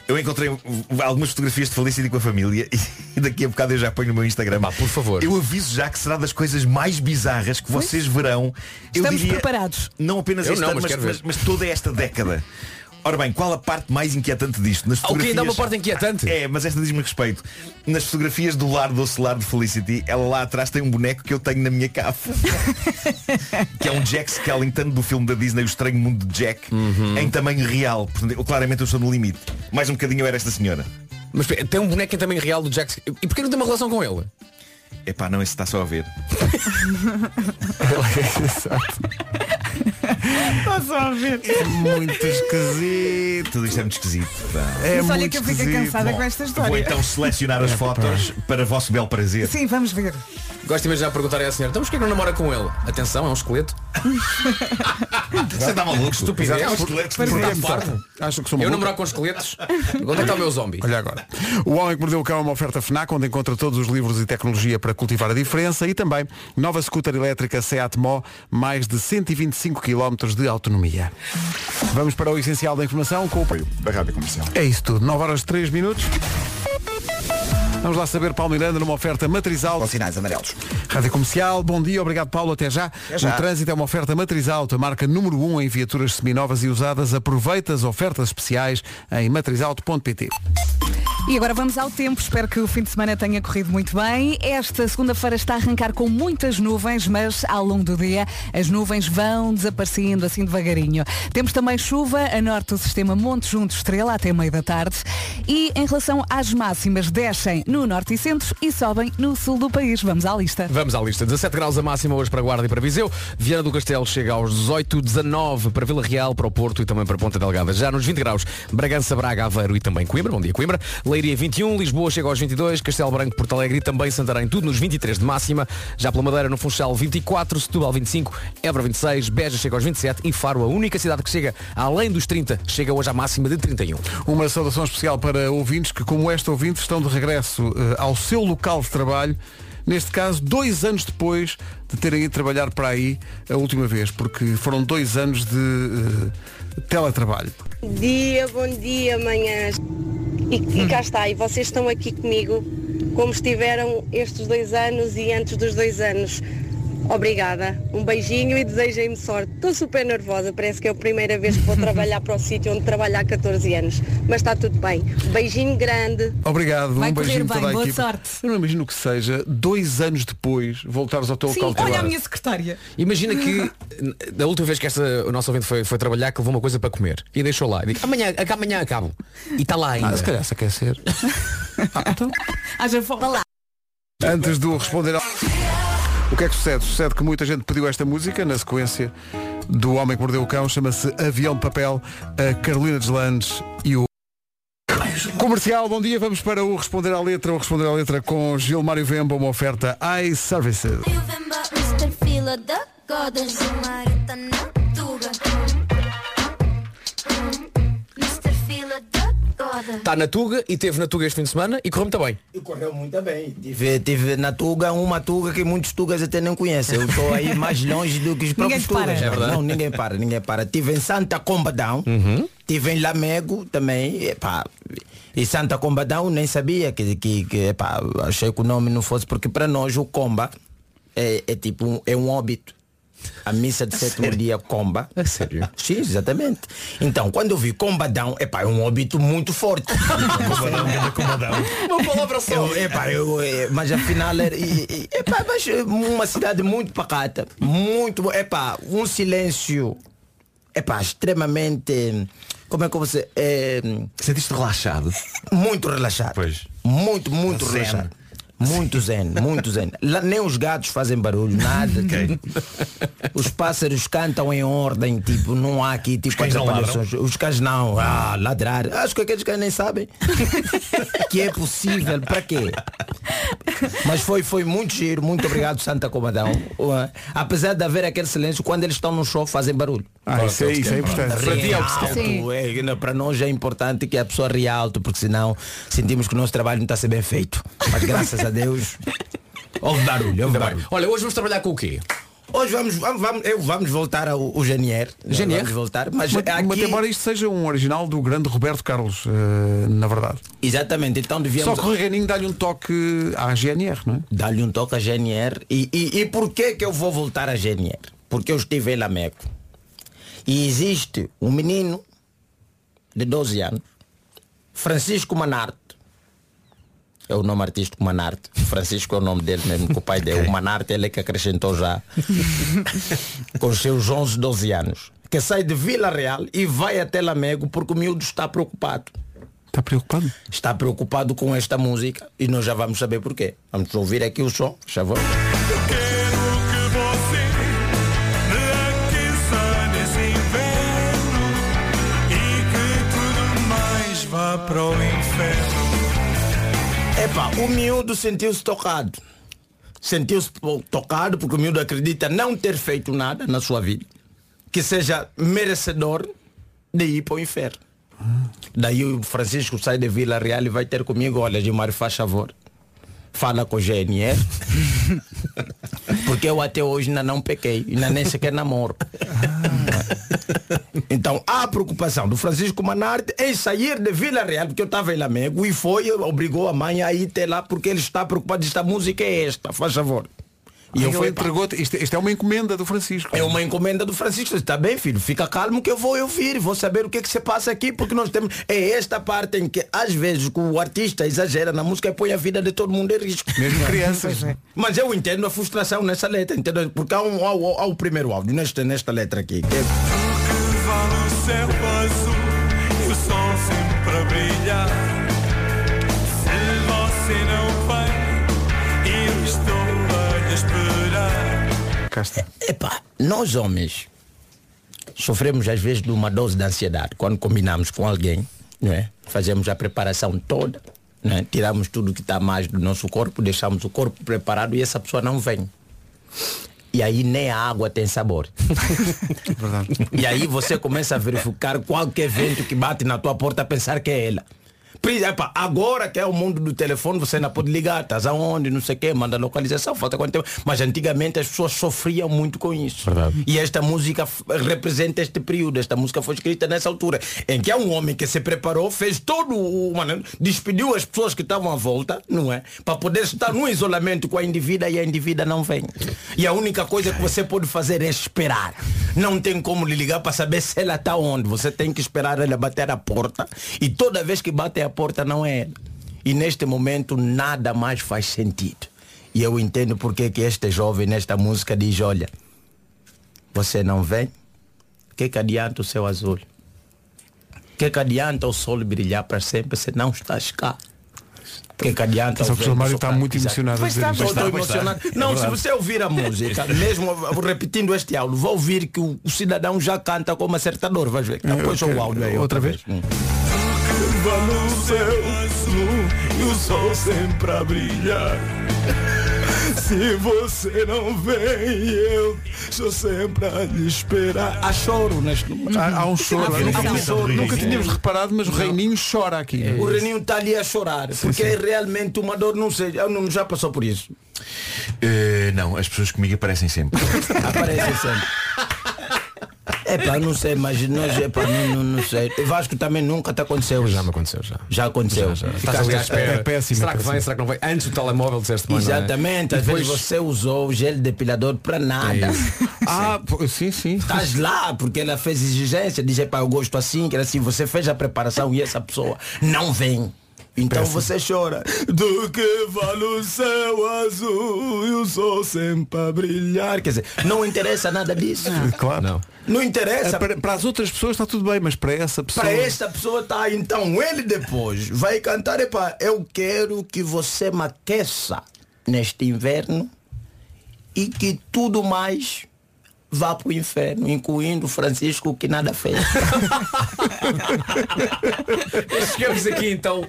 Speaker 9: Eu encontrei uh, algumas fotografias de Felicity com a família e daqui a bocado eu já ponho no meu Instagram.
Speaker 2: Pá, por favor.
Speaker 9: Eu aviso já que será das coisas mais bizarras que vocês verão. Eu
Speaker 4: Estamos
Speaker 9: diria,
Speaker 4: preparados.
Speaker 9: Não apenas
Speaker 2: Eu
Speaker 9: este
Speaker 2: não,
Speaker 9: ano,
Speaker 2: mas
Speaker 9: mas,
Speaker 2: quero ver.
Speaker 9: mas- mas toda esta década. Ora bem, qual a parte mais inquietante disto?
Speaker 2: Ah,
Speaker 9: Nas
Speaker 2: o que
Speaker 9: fotografias...
Speaker 2: ainda é uma parte inquietante?
Speaker 9: É, mas esta diz-me respeito. Nas fotografias do lar do celular de Felicity, ela lá atrás tem um boneco que eu tenho na minha capa. que é um Jack Skellington do filme da Disney O Estranho Mundo de Jack
Speaker 2: Uhum.
Speaker 9: em tamanho real. Portanto, eu, claramente eu estou no limite. Mais um bocadinho eu era esta senhora.
Speaker 2: Mas espera, tem um boneco em tamanho real do Jack. E porquê não tem uma relação com ele?
Speaker 9: Epá, não, esse está só a ver.
Speaker 1: Exato. É muito esquisito.
Speaker 9: Tudo isto é muito esquisito. pá.
Speaker 1: É
Speaker 4: Mas olha
Speaker 1: muito
Speaker 4: que eu fico
Speaker 1: esquisito.
Speaker 4: cansada
Speaker 1: Bom,
Speaker 4: com esta
Speaker 9: Vou
Speaker 4: história. É,
Speaker 9: então selecionar as fotos para vosso belo prazer.
Speaker 4: Sim, vamos ver.
Speaker 2: Gosto de imaginar perguntar à senhora, então mas porquê que não namora com ele? Atenção, é um esqueleto.
Speaker 9: Você está maluco?
Speaker 2: Estupidez.
Speaker 9: É um esqueleto que
Speaker 1: Porque é
Speaker 9: está
Speaker 1: muito
Speaker 9: forte.
Speaker 1: tarde. Acho que sou
Speaker 2: Eu
Speaker 1: maluco.
Speaker 2: namoro com esqueletos. Onde é que está o meu zombie?
Speaker 1: Olha agora. O Homem que Mordeu o Cão é uma oferta FNAC, onde encontra todos os livros e tecnologia para cultivar a diferença e também nova scooter elétrica Seat Mó, mais de 125 km de autonomia. Vamos para o essencial da informação com o apoio da Rádio Comercial. É isso tudo. 9 horas 3 minutos. Vamos lá saber, Paulo Miranda, numa oferta matrizal.
Speaker 3: Com sinais amarelos.
Speaker 1: Rádio Comercial, bom dia, obrigado Paulo, até já.
Speaker 3: já.
Speaker 1: O trânsito é uma oferta matriz alto, a marca número 1 um em viaturas seminovas e usadas. Aproveita as ofertas especiais em matrizalto.pt.
Speaker 4: E agora vamos ao tempo. Espero que o fim de semana tenha corrido muito bem. Esta segunda-feira está a arrancar com muitas nuvens, mas ao longo do dia as nuvens vão desaparecendo assim devagarinho. Temos também chuva a norte do sistema Monte Junto Estrela até meio da tarde. E em relação às máximas, descem no norte e centro e sobem no sul do país. Vamos à lista.
Speaker 2: Vamos à lista. 17 graus a máxima hoje para Guarda e para Viseu. Viana do Castelo chega aos 18, 19 para Vila Real, para o Porto e também para Ponta Delgada. Já nos 20 graus, Bragança, Braga, Aveiro e também Coimbra. Bom dia, Coimbra. Leiria 21, Lisboa chega aos 22, Castelo Branco, Porto Alegre e também Santarém. Tudo nos 23 de máxima. Já pela Madeira, no Funchal, 24, Setúbal, 25, Évora, 26, Beja chega aos 27 e Faro, a única cidade que chega além dos 30, chega hoje à máxima de 31.
Speaker 1: Uma saudação especial para ouvintes que, como este ouvinte, estão de regresso eh, ao seu local de trabalho, neste caso, dois anos depois de terem ido trabalhar para aí a última vez, porque foram dois anos de eh, teletrabalho.
Speaker 10: Bom dia, bom dia, manhãs. E, e cá está, e vocês estão aqui comigo como estiveram estes dois anos e antes dos dois anos. Obrigada, um beijinho e desejem-me sorte. Estou super nervosa, parece que é a primeira vez que vou trabalhar para o sítio onde trabalho há 14 anos, mas está tudo bem. Um Beijinho grande.
Speaker 1: Obrigado,
Speaker 4: Vai
Speaker 1: um
Speaker 4: correr
Speaker 1: beijinho
Speaker 4: bem,
Speaker 1: toda a
Speaker 4: boa
Speaker 1: equipe.
Speaker 4: sorte.
Speaker 1: Eu não imagino que seja dois anos depois voltares ao teu
Speaker 4: Sim,
Speaker 1: local de trabalho.
Speaker 4: olha a minha secretária.
Speaker 2: Imagina que n- da última vez que esta o nosso ouvinte foi, foi trabalhar que levou uma coisa para comer e deixou lá. E digo, amanhã, ac- amanhã acabo. E está lá ainda.
Speaker 1: Ah, se calhar se aquecer.
Speaker 4: Haja fome.
Speaker 1: Antes do responder ao... O que é que sucede? Sucede que muita gente pediu esta música na sequência do Homem que Mordeu o Cão, chama-se Avião de Papel, a Carolina Deslandes e o... Comercial, bom dia, vamos para o Responder à Letra, o Responder à Letra com Gilmário Vemba, uma oferta iServices.
Speaker 6: tá
Speaker 2: Está Tá na Tuga e teve na Tuga este fim de semana e correu muito bem.
Speaker 5: E correu muito bem.
Speaker 10: Tive, tive na Tuga uma Tuga que muitos Tugas até nem conhecem. Eu estou aí mais longe do que os
Speaker 4: Ninguém
Speaker 10: próprios
Speaker 4: te para.
Speaker 10: Tugas.
Speaker 4: É
Speaker 10: não, ninguém para, ninguém para. Tive em Santa Combadão,
Speaker 4: Uhum.
Speaker 10: tive em Lamego também. Epá. E Santa Combadão nem sabia que, que, que epá, achei que o nome não fosse, porque para nós o Comba é, é tipo um, é um óbito. A missa de sétimo dia comba. É sério? Sim, exatamente. Então, quando eu vi combadão, epá, é um óbito muito forte.
Speaker 2: Uma palavra só.
Speaker 10: Eu, epá, eu, eh, mas afinal era, e- e- epá, mas eh, uma cidade muito pacata, muito, epá, um silêncio, epá, extremamente, eh, como é que você, eh,
Speaker 9: Sentiste relaxado?
Speaker 10: muito relaxado.
Speaker 9: Pois.
Speaker 10: Muito, muito
Speaker 9: Zen.
Speaker 10: relaxado.
Speaker 9: Muito zen, muito zen. Lá nem os gatos fazem barulho, nada. tipo. Os pássaros cantam em ordem, tipo, não há aqui tipo
Speaker 11: cães não ladram?
Speaker 9: atrapalhações. Os cães não, ah, ladrar. Acho que aqueles cães nem sabem que é possível, para quê? Mas foi, foi muito giro, muito obrigado Santa Comadão. Ué. Apesar de haver aquele silêncio, quando eles estão no show fazem barulho.
Speaker 1: Ah, isso é, isso é importante.
Speaker 2: Para ti é o que se
Speaker 9: Realto, é, não, para nós é importante que a pessoa realto, porque senão sentimos que o nosso trabalho não está a ser bem feito. Mas graças a Deus. Houve barulho, houve barulho.
Speaker 2: Olha, hoje vamos trabalhar com o quê?
Speaker 9: Hoje vamos, vamos, vamos, eu, vamos voltar ao, ao Janier.
Speaker 2: Janier?
Speaker 9: Vamos voltar. Mas
Speaker 1: Mas, mas
Speaker 9: aqui,
Speaker 1: embora isto seja um original do grande Roberto Carlos, eh, na verdade.
Speaker 9: exatamente, então
Speaker 1: Só
Speaker 9: devíamos
Speaker 1: que o Reganinho dá-lhe um toque à GNR, não é?
Speaker 9: dar-lhe um toque a GNR. E, e, e por que que eu vou voltar a GNR? Porque eu estive em Lameco. E existe um menino de 12 anos, Francisco Manarte. É o nome artístico Manarte. Francisco é o nome dele mesmo, que o pai dele. O Manarte ele é que acrescentou já com os seus 11, 12 anos. Que sai de Vila Real e vai até Lamego porque o miúdo está preocupado
Speaker 1: Está preocupado?
Speaker 9: está preocupado com esta música e nós já vamos saber porquê. Vamos ouvir aqui o som, por favor. Epá, o miúdo sentiu-se tocado. Sentiu-se po- tocado porque o miúdo acredita não ter feito nada na sua vida que seja merecedor de ir para o inferno. Daí o Francisco sai de Vila Real e vai ter comigo, olha, Gilmar, faz favor. Fala com o GNR. Porque eu até hoje ainda não pequei, ainda nem sequer namoro. Então há a preocupação do Francisco Manarte em sair de Vila Real, porque eu estava em Lamego e foi, obrigou a mãe a ir até lá porque ele está preocupado, esta música é esta, faz favor.
Speaker 1: E eu
Speaker 9: fui, pá,
Speaker 1: entregou-te. Isto, isto é uma encomenda do Francisco.
Speaker 9: é uma encomenda do Francisco. Está bem, filho, fica calmo que eu vou ouvir, vou saber o que é que se passa aqui, porque nós temos. É esta parte em que às vezes o artista exagera na música e põe a vida de todo mundo em risco.
Speaker 1: Mesmo crianças.
Speaker 4: é.
Speaker 9: Mas eu entendo a frustração nessa letra, entendo, porque há, um, há, o- há o primeiro áudio nesta, nesta letra aqui. que é-
Speaker 1: Cá está.
Speaker 9: Epá, nós homens sofremos às vezes de uma dose de ansiedade quando combinamos com alguém, não é? Fazemos a preparação toda, não é? tiramos tudo que está mais do nosso corpo, deixamos o corpo preparado e essa pessoa não vem. E aí nem a água tem sabor.
Speaker 1: Verdade.
Speaker 9: E aí você começa a verificar qualquer vento que bate na tua porta a pensar que é ela. Pri- epa, Agora que é o mundo do telefone, você ainda pode ligar, estás aonde, não sei o quê, manda localização, falta quanto tempo. Mas antigamente as pessoas sofriam muito com isso. E esta música f- representa este período. Esta música foi escrita nessa altura, em que há um homem que se preparou, fez todo o. Mano, despediu as pessoas que estavam à volta, não é? Para poder estar no isolamento com a indivídua e a indivídua não vem. E a única coisa que você pode fazer é esperar. Não tem como lhe ligar para saber se ela está onde. Você tem que esperar ela bater a porta. E toda vez que bate a porta não é ela. E neste momento nada mais faz sentido. E eu entendo porque que este jovem nesta música diz, olha, você não vem? Que que adianta o céu azul? Que que adianta o sol brilhar para sempre se não estás cá? Que que adianta
Speaker 1: Só que o
Speaker 9: vento
Speaker 1: Gilmário está
Speaker 9: soprar?
Speaker 1: tá muito
Speaker 9: Exato.
Speaker 1: emocionado a
Speaker 12: Pois
Speaker 1: dizer
Speaker 12: está,
Speaker 1: isto. tá,
Speaker 9: Eu
Speaker 12: Pois
Speaker 9: estou emocionado.
Speaker 1: É
Speaker 9: Não, se você ouvir a música, mesmo eu- repetindo este áudio, vai ouvir que o, o cidadão já canta como acertador, vais ver. Depois
Speaker 1: quero-
Speaker 9: o áudio aí.
Speaker 1: É, outra vez?
Speaker 9: Hum.
Speaker 7: E o sol sempre a brilhar. Se você não vem, eu sou sempre a lhe esperar.
Speaker 9: Há choro neste número.
Speaker 1: Há, há um choro.
Speaker 11: Sim,
Speaker 1: nunca,
Speaker 11: sim,
Speaker 1: nunca-
Speaker 11: sim, sim.
Speaker 1: nunca tínhamos reparado, mas o Reininho chora aqui.
Speaker 9: O Reninho está ali a chorar, porque é realmente uma dor, não sei, eu não já passou por isso.
Speaker 11: Eh, não, as pessoas comigo aparecem sempre.
Speaker 9: Aparece sempre. Então. É pá, não sei, mas nós, é pá, não, não, não sei. Vasco também nunca te aconteceu. Já,
Speaker 2: aconteceu já.
Speaker 9: aconteceu.
Speaker 2: Estás ali à espera.
Speaker 1: é péssimo,
Speaker 2: será
Speaker 1: é
Speaker 2: que
Speaker 1: péssimo.
Speaker 2: vem, será que não vem? Antes o telemóvel disseste mais.
Speaker 9: Exatamente,
Speaker 2: É? E
Speaker 9: às
Speaker 2: depois,
Speaker 9: vezes você usou o gel depilador para nada.
Speaker 1: Ah, pô, sim, sim.
Speaker 9: Estás lá porque ela fez exigência, diz, pá, eu gosto assim, que era assim, você fez a preparação e essa pessoa não vem. Então você chora. Do que vale o céu azul e o sol sempre a brilhar. Quer dizer, não interessa nada disso.
Speaker 2: É.
Speaker 1: Claro. Não.
Speaker 9: Não interessa.
Speaker 1: É, Para, para as outras pessoas está tudo bem, mas para essa pessoa.
Speaker 9: Para esta pessoa tá, então ele depois vai cantar, epá, eu quero que você me aqueça neste inverno e que tudo mais vá para o inferno, incluindo Francisco que nada fez.
Speaker 2: Chegamos aqui então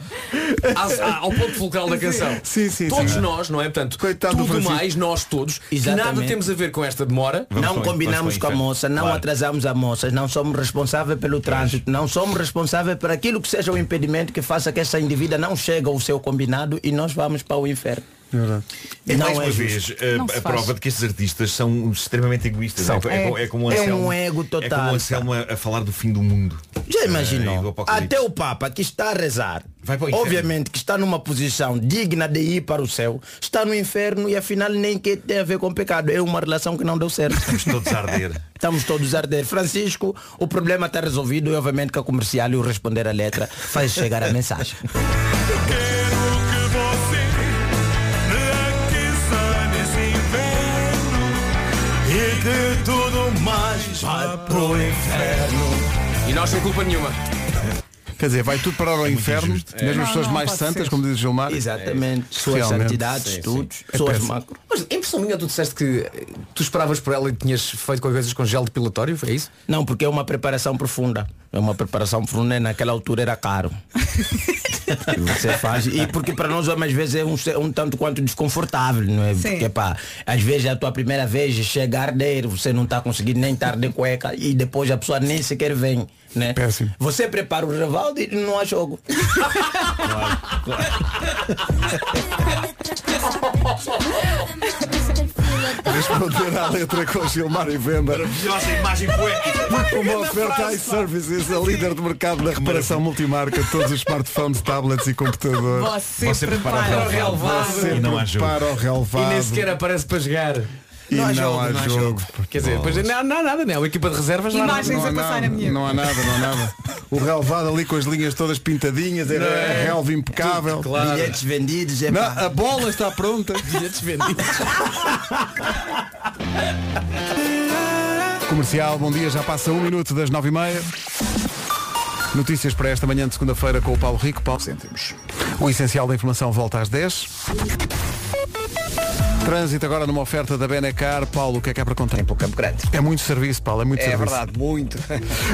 Speaker 2: às- à- ao ponto fulcral da canção.
Speaker 1: Sim, sim,
Speaker 2: todos
Speaker 1: sim.
Speaker 2: nós, não é? Portanto,
Speaker 1: Coitado do
Speaker 2: tudo
Speaker 1: Francisco.
Speaker 2: mais, nós todos,
Speaker 9: Exatamente.
Speaker 2: nada temos a ver com esta demora.
Speaker 13: Vamos
Speaker 9: não
Speaker 13: para o-
Speaker 9: combinamos
Speaker 13: vamos
Speaker 9: com
Speaker 13: para o
Speaker 9: a
Speaker 13: inferno.
Speaker 9: moça, não
Speaker 13: Claro.
Speaker 9: atrasamos a moça, não somos responsáveis pelo trânsito, não somos responsáveis por aquilo que seja o impedimento que faça que essa indivídua não chegue ao seu combinado e nós vamos para o inferno.
Speaker 13: É
Speaker 9: Não
Speaker 13: mais uma
Speaker 9: é
Speaker 13: vez
Speaker 9: justo.
Speaker 13: a-
Speaker 4: Não se
Speaker 13: a,
Speaker 4: faz.
Speaker 13: prova de que estes artistas são extremamente egoístas.
Speaker 2: São.
Speaker 13: É, co- é co- é como o
Speaker 9: É um
Speaker 13: Anselmo,
Speaker 9: ego total,
Speaker 13: É como o Anselmo a, a falar do fim do mundo.
Speaker 9: Já
Speaker 13: Eh, e do
Speaker 9: imaginou?
Speaker 13: apocalipse.
Speaker 9: Até o Papa que está a rezar,
Speaker 13: Vai para o inferno.
Speaker 9: obviamente que está numa posição digna de ir para o céu, está no inferno e afinal nem que tem a ver com pecado. É uma relação que não deu certo.
Speaker 13: Estamos todos a arder.
Speaker 9: Estamos todos a arder. Francisco, o problema está resolvido e obviamente que a comercial e o responder a letra faz chegar a mensagem.
Speaker 2: E nós sem culpa nenhuma.
Speaker 1: Quer dizer, vai tudo parar ao inferno, mesmo as pessoas
Speaker 4: Não, não,
Speaker 1: mais
Speaker 4: pode
Speaker 1: santas,
Speaker 4: ser.
Speaker 1: como diz o Gilmar.
Speaker 9: Exatamente.
Speaker 13: É,
Speaker 9: Suas
Speaker 1: Realmente.
Speaker 9: santidades, estudos, suas macro.
Speaker 2: Mas a impressão minha, tu disseste que eh, tu esperavas por ela e tinhas feito qualquer coisa com gel depilatório, é isso?
Speaker 9: Não, porque é uma preparação profunda. É uma preparação profunda e naquela altura era caro. Você faz. E porque para nós homens às vezes é um, se- um tanto quanto desconfortável, não é?
Speaker 4: Sim.
Speaker 9: Porque pá, às vezes é a tua primeira vez chegar dele, você não está conseguindo nem estar de cueca e depois a pessoa nem sequer vem. Né?
Speaker 1: Péssimo.
Speaker 9: Você prepara o rival e não há jogo.
Speaker 1: Tá. Responder à letra com Gilmar e Venda.
Speaker 13: Maravilhosa imagem poética.
Speaker 1: Uma oferta iServices, a líder de mercado da reparação multimarca, todos os smartphones, tablets e computadores.
Speaker 4: Você,
Speaker 13: Você prepara
Speaker 4: prepara.
Speaker 13: o relvado.
Speaker 1: Você
Speaker 13: E não há jogo.
Speaker 1: prepara o relvado
Speaker 2: E nem sequer aparece para jogar.
Speaker 1: e não há jogo.
Speaker 2: Quer dizer, depois não, não há nada, não. A equipa de reservas lá
Speaker 4: Imagens
Speaker 1: Não há,
Speaker 4: a passar
Speaker 1: nada,
Speaker 4: a minha.
Speaker 1: não há nada, não há nada. O relvado ali com as linhas todas pintadinhas, era é? relva impecável.
Speaker 9: Bilhetes vendidos, é
Speaker 1: Não,
Speaker 9: pá.
Speaker 1: a bola está pronta. Comercial, bom dia, já passa um minuto das nove e meia. Notícias para esta manhã de segunda-feira com o Paulo Rico. Paulo Cêntimos. O essencial da informação volta às 10. Trânsito agora numa oferta da Benecar. Paulo, o que é que há para contar?
Speaker 3: Para o Campo Grande.
Speaker 1: É muito serviço, Paulo, é muito
Speaker 3: É
Speaker 1: serviço.
Speaker 3: verdade, muito.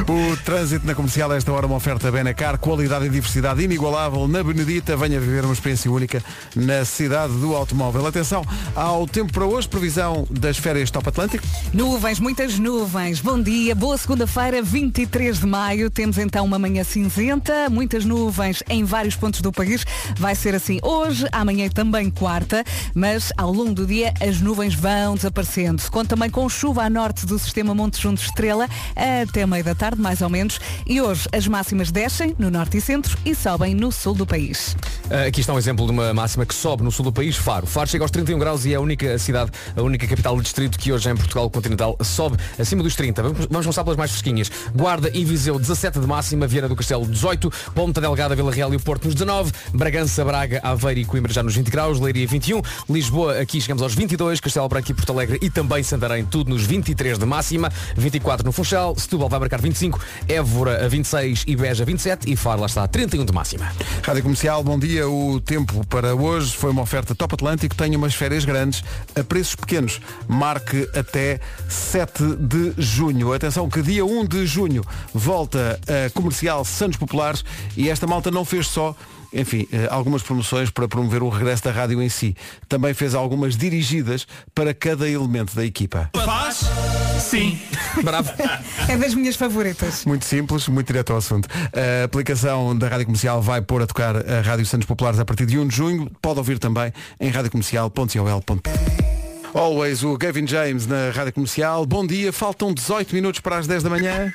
Speaker 1: O trânsito na comercial a esta hora uma oferta Benacar, qualidade e diversidade inigualável na Benedita. Venha viver uma experiência única na cidade do automóvel. Atenção ao tempo para hoje, previsão das férias Top Atlântico.
Speaker 4: Nuvens, muitas nuvens. Bom dia, boa segunda-feira, 23 de maio. Temos então uma manhã cinzenta, muitas nuvens em vários pontos do país. Vai ser assim hoje, amanhã e também quarta, mas ao longo do dia as nuvens vão desaparecendo. Conto também com chuva a norte do sistema Monte Junto Estrela até meio da tarde, mais ou menos. E hoje as máximas descem no norte e centro e sobem no sul do país.
Speaker 2: Ah, Aqui está um exemplo de uma máxima que sobe no sul do país, Faro. Faro chega aos 31 graus e é a única cidade, a única capital do distrito que hoje em Portugal continental sobe acima dos 30. Vamos, vamos começar pelas mais fresquinhas. Guarda e Viseu 17 de máxima, Viana do Castelo 18, Ponta Delgada, Vila Real e o Porto nos 19, Bragança, Braga, Aveiro e Coimbra já nos 20 graus, Leiria 21, Lisboa aqui chegamos aos 22, Castelo Branco e Porto Alegre e também Santarém tudo nos 23 de máxima, 24 no Funchal, Setúbal vai marcar 25, Évora a 26 e Beja 27 e Faro lá está 31 de máxima.
Speaker 1: Rádio Comercial, bom dia. O tempo para hoje foi uma oferta Top Atlântico. Tenha umas férias grandes a preços pequenos. Marque até 7 de junho. Atenção que dia 1 de junho volta a comercial Santos Populares e esta malta não fez só. Enfim, eh, algumas promoções para promover o regresso da rádio em si. Também fez algumas dirigidas para cada elemento da equipa.
Speaker 2: Bravo.
Speaker 4: É das minhas favoritas.
Speaker 1: Muito simples, muito direto ao assunto. A aplicação da Rádio Comercial vai pôr a tocar a Rádio Santos Populares a partir de 1 de junho. Pode ouvir também em radiocomercial.ol.pt Always o Gavin James na Rádio Comercial. Bom dia, faltam 18 minutos para as 10 da manhã.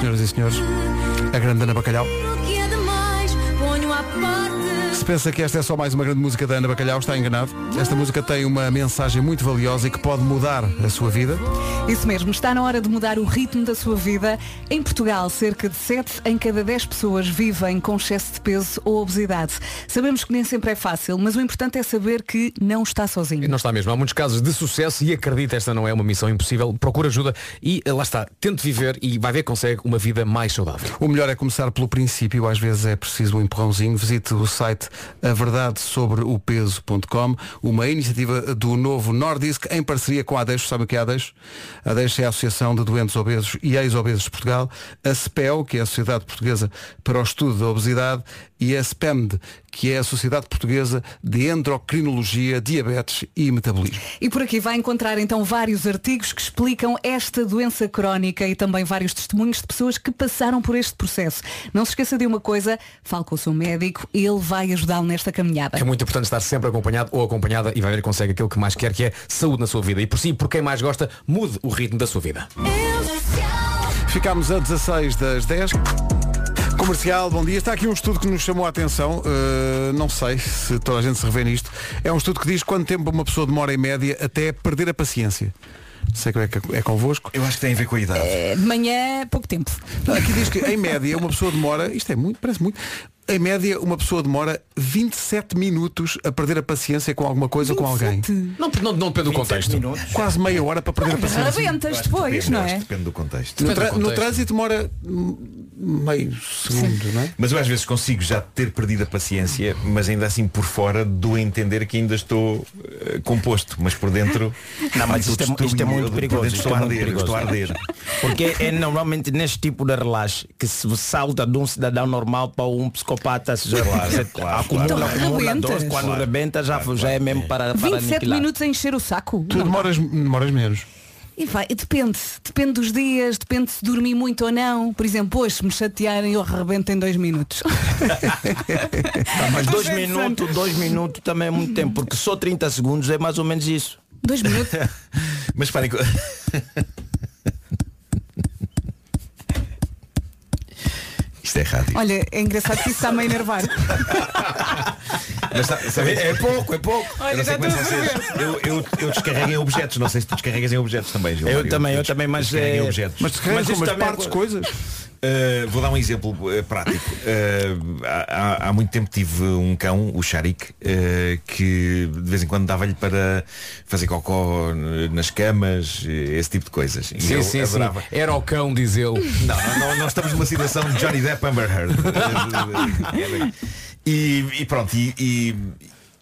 Speaker 1: Senhoras e senhores, a grande Ana Bacalhau.
Speaker 6: Ponho à parte
Speaker 1: Se se pensa que esta é só mais uma grande música da Ana Bacalhau, está enganado. Esta música tem uma mensagem muito valiosa e que pode mudar a sua vida.
Speaker 4: Isso mesmo, está na hora de mudar o ritmo da sua vida. Em Portugal, cerca de 7 em cada 10 pessoas vivem com excesso de peso ou obesidade. Sabemos que nem sempre é fácil, mas o importante é saber que não está sozinho.
Speaker 2: Não está mesmo. Há muitos casos de sucesso e acredita, esta não é uma missão impossível. Procura ajuda e eh, lá está. Tente viver e vai ver que consegue uma vida mais saudável.
Speaker 1: O melhor é começar pelo princípio, às vezes é preciso um empurrãozinho. Visite o site averdadesobreopeso.com, uma iniciativa do novo Nordisk em parceria com a ADES. Sabe o que é a ADES? A ADES é a Associação de Doentes Obesos e Ex-Obesos de Portugal, a SPEL, que é a Sociedade Portuguesa para o Estudo da Obesidade, e a SPEMD, que é a Sociedade Portuguesa de Endocrinologia, Diabetes e Metabolismo.
Speaker 4: E por aqui vai encontrar então vários artigos que explicam esta doença crónica e também vários testemunhos de pessoas que passaram por este processo. Não se esqueça de uma coisa, fale com o seu médico, ele vai ajudá-lo nesta caminhada.
Speaker 2: É muito importante estar sempre acompanhado ou acompanhada e vai ver que consegue aquilo que mais quer, que é saúde na sua vida. E por si, por quem mais gosta, mude o ritmo da sua vida.
Speaker 1: Ficámos a 16 das 10. Comercial, bom dia. Está aqui um estudo que nos chamou a atenção. Uh, não sei se toda a gente se revê nisto. É um estudo que diz quanto tempo uma pessoa demora em média até perder a paciência. Sei que é, que é convosco.
Speaker 7: Eu acho que tem a ver com a idade.
Speaker 4: Eh, De manhã, pouco tempo.
Speaker 1: Não, aqui diz que em média uma pessoa demora, isto é muito, parece muito, em média uma pessoa demora 27 minutos a perder a paciência com alguma coisa ou com alguém.
Speaker 2: Não, não, não depende do contexto.
Speaker 1: Quase meia hora para perder a paciência.
Speaker 4: Rebentas depois,
Speaker 7: Depende,
Speaker 4: não
Speaker 7: eu acho
Speaker 4: é?
Speaker 7: que Depende do contexto.
Speaker 1: No,
Speaker 2: É Depende do
Speaker 1: tra- no
Speaker 2: contexto.
Speaker 1: trânsito demora hum, meio segundo, não é?
Speaker 7: Mas eu às vezes consigo já ter perdido a paciência, mas ainda assim por fora do entender que ainda estou eh, composto, mas por dentro.
Speaker 9: Não, mas
Speaker 7: eu
Speaker 9: isto é-
Speaker 7: estou
Speaker 9: isto é muito
Speaker 7: eu- por
Speaker 9: perigoso,
Speaker 7: dentro
Speaker 9: isto
Speaker 7: Estou
Speaker 9: é
Speaker 7: a
Speaker 9: muito
Speaker 7: arder, eu
Speaker 9: perigoso.
Speaker 7: estou a arder.
Speaker 9: Porque é normalmente neste tipo de relaxe que se salta de um cidadão normal para um psicopata se já
Speaker 7: Claro,
Speaker 9: claro,
Speaker 7: claro,
Speaker 9: acumula,
Speaker 7: claro.
Speaker 9: acumula
Speaker 4: Então,
Speaker 9: dor, quando
Speaker 7: claro.
Speaker 9: rebenta já, já é mesmo para, para
Speaker 4: 27
Speaker 9: aniquilar.
Speaker 4: minutos a encher o saco.
Speaker 1: Tu
Speaker 4: Não.
Speaker 1: demoras, demoras menos.
Speaker 4: E vai, e depende. Depende dos dias, depende se dormi muito ou não. Por exemplo, hoje, se me chatearem, eu rebento em dois minutos. é
Speaker 9: Tá, mas dois
Speaker 4: Pensando.
Speaker 9: minutos, dois minutos também é muito tempo, porque só 30 segundos é mais ou menos isso.
Speaker 4: Dois minutos.
Speaker 7: Mas parem co- Isto é rádio.
Speaker 4: Olha, é engraçado que isso está-me a enervar.
Speaker 7: Mas, sa- sabe, é pouco, é pouco.
Speaker 4: Olha,
Speaker 7: eu, não sei
Speaker 4: já
Speaker 7: como é que
Speaker 4: estou a
Speaker 7: vocês- eu, eu, eu descarrego em objetos, não sei se tu descarregas em objetos também, Gil.
Speaker 9: Eu
Speaker 7: Mário.
Speaker 9: também, eu
Speaker 7: des-
Speaker 9: também, mas,
Speaker 7: descarrego em
Speaker 9: eh,
Speaker 7: objetos.
Speaker 1: Mas, mas,
Speaker 9: isto
Speaker 1: mas
Speaker 9: também é
Speaker 1: partes
Speaker 9: co-
Speaker 1: coisas.
Speaker 7: Uh, vou dar um exemplo uh, prático. Uh, há, há- há muito tempo tive um cão, o Sharik, uh, que de vez em quando dava-lhe para fazer cocó n- nas camas, uh, esse tipo de coisas. E
Speaker 2: Sim,
Speaker 7: eu
Speaker 2: sim, sim.
Speaker 7: adorava.
Speaker 2: Era o cão, diz ele.
Speaker 7: Não, não, não, nós estamos numa situação de Johnny Depp Amber Heard. e, e pronto, e, e-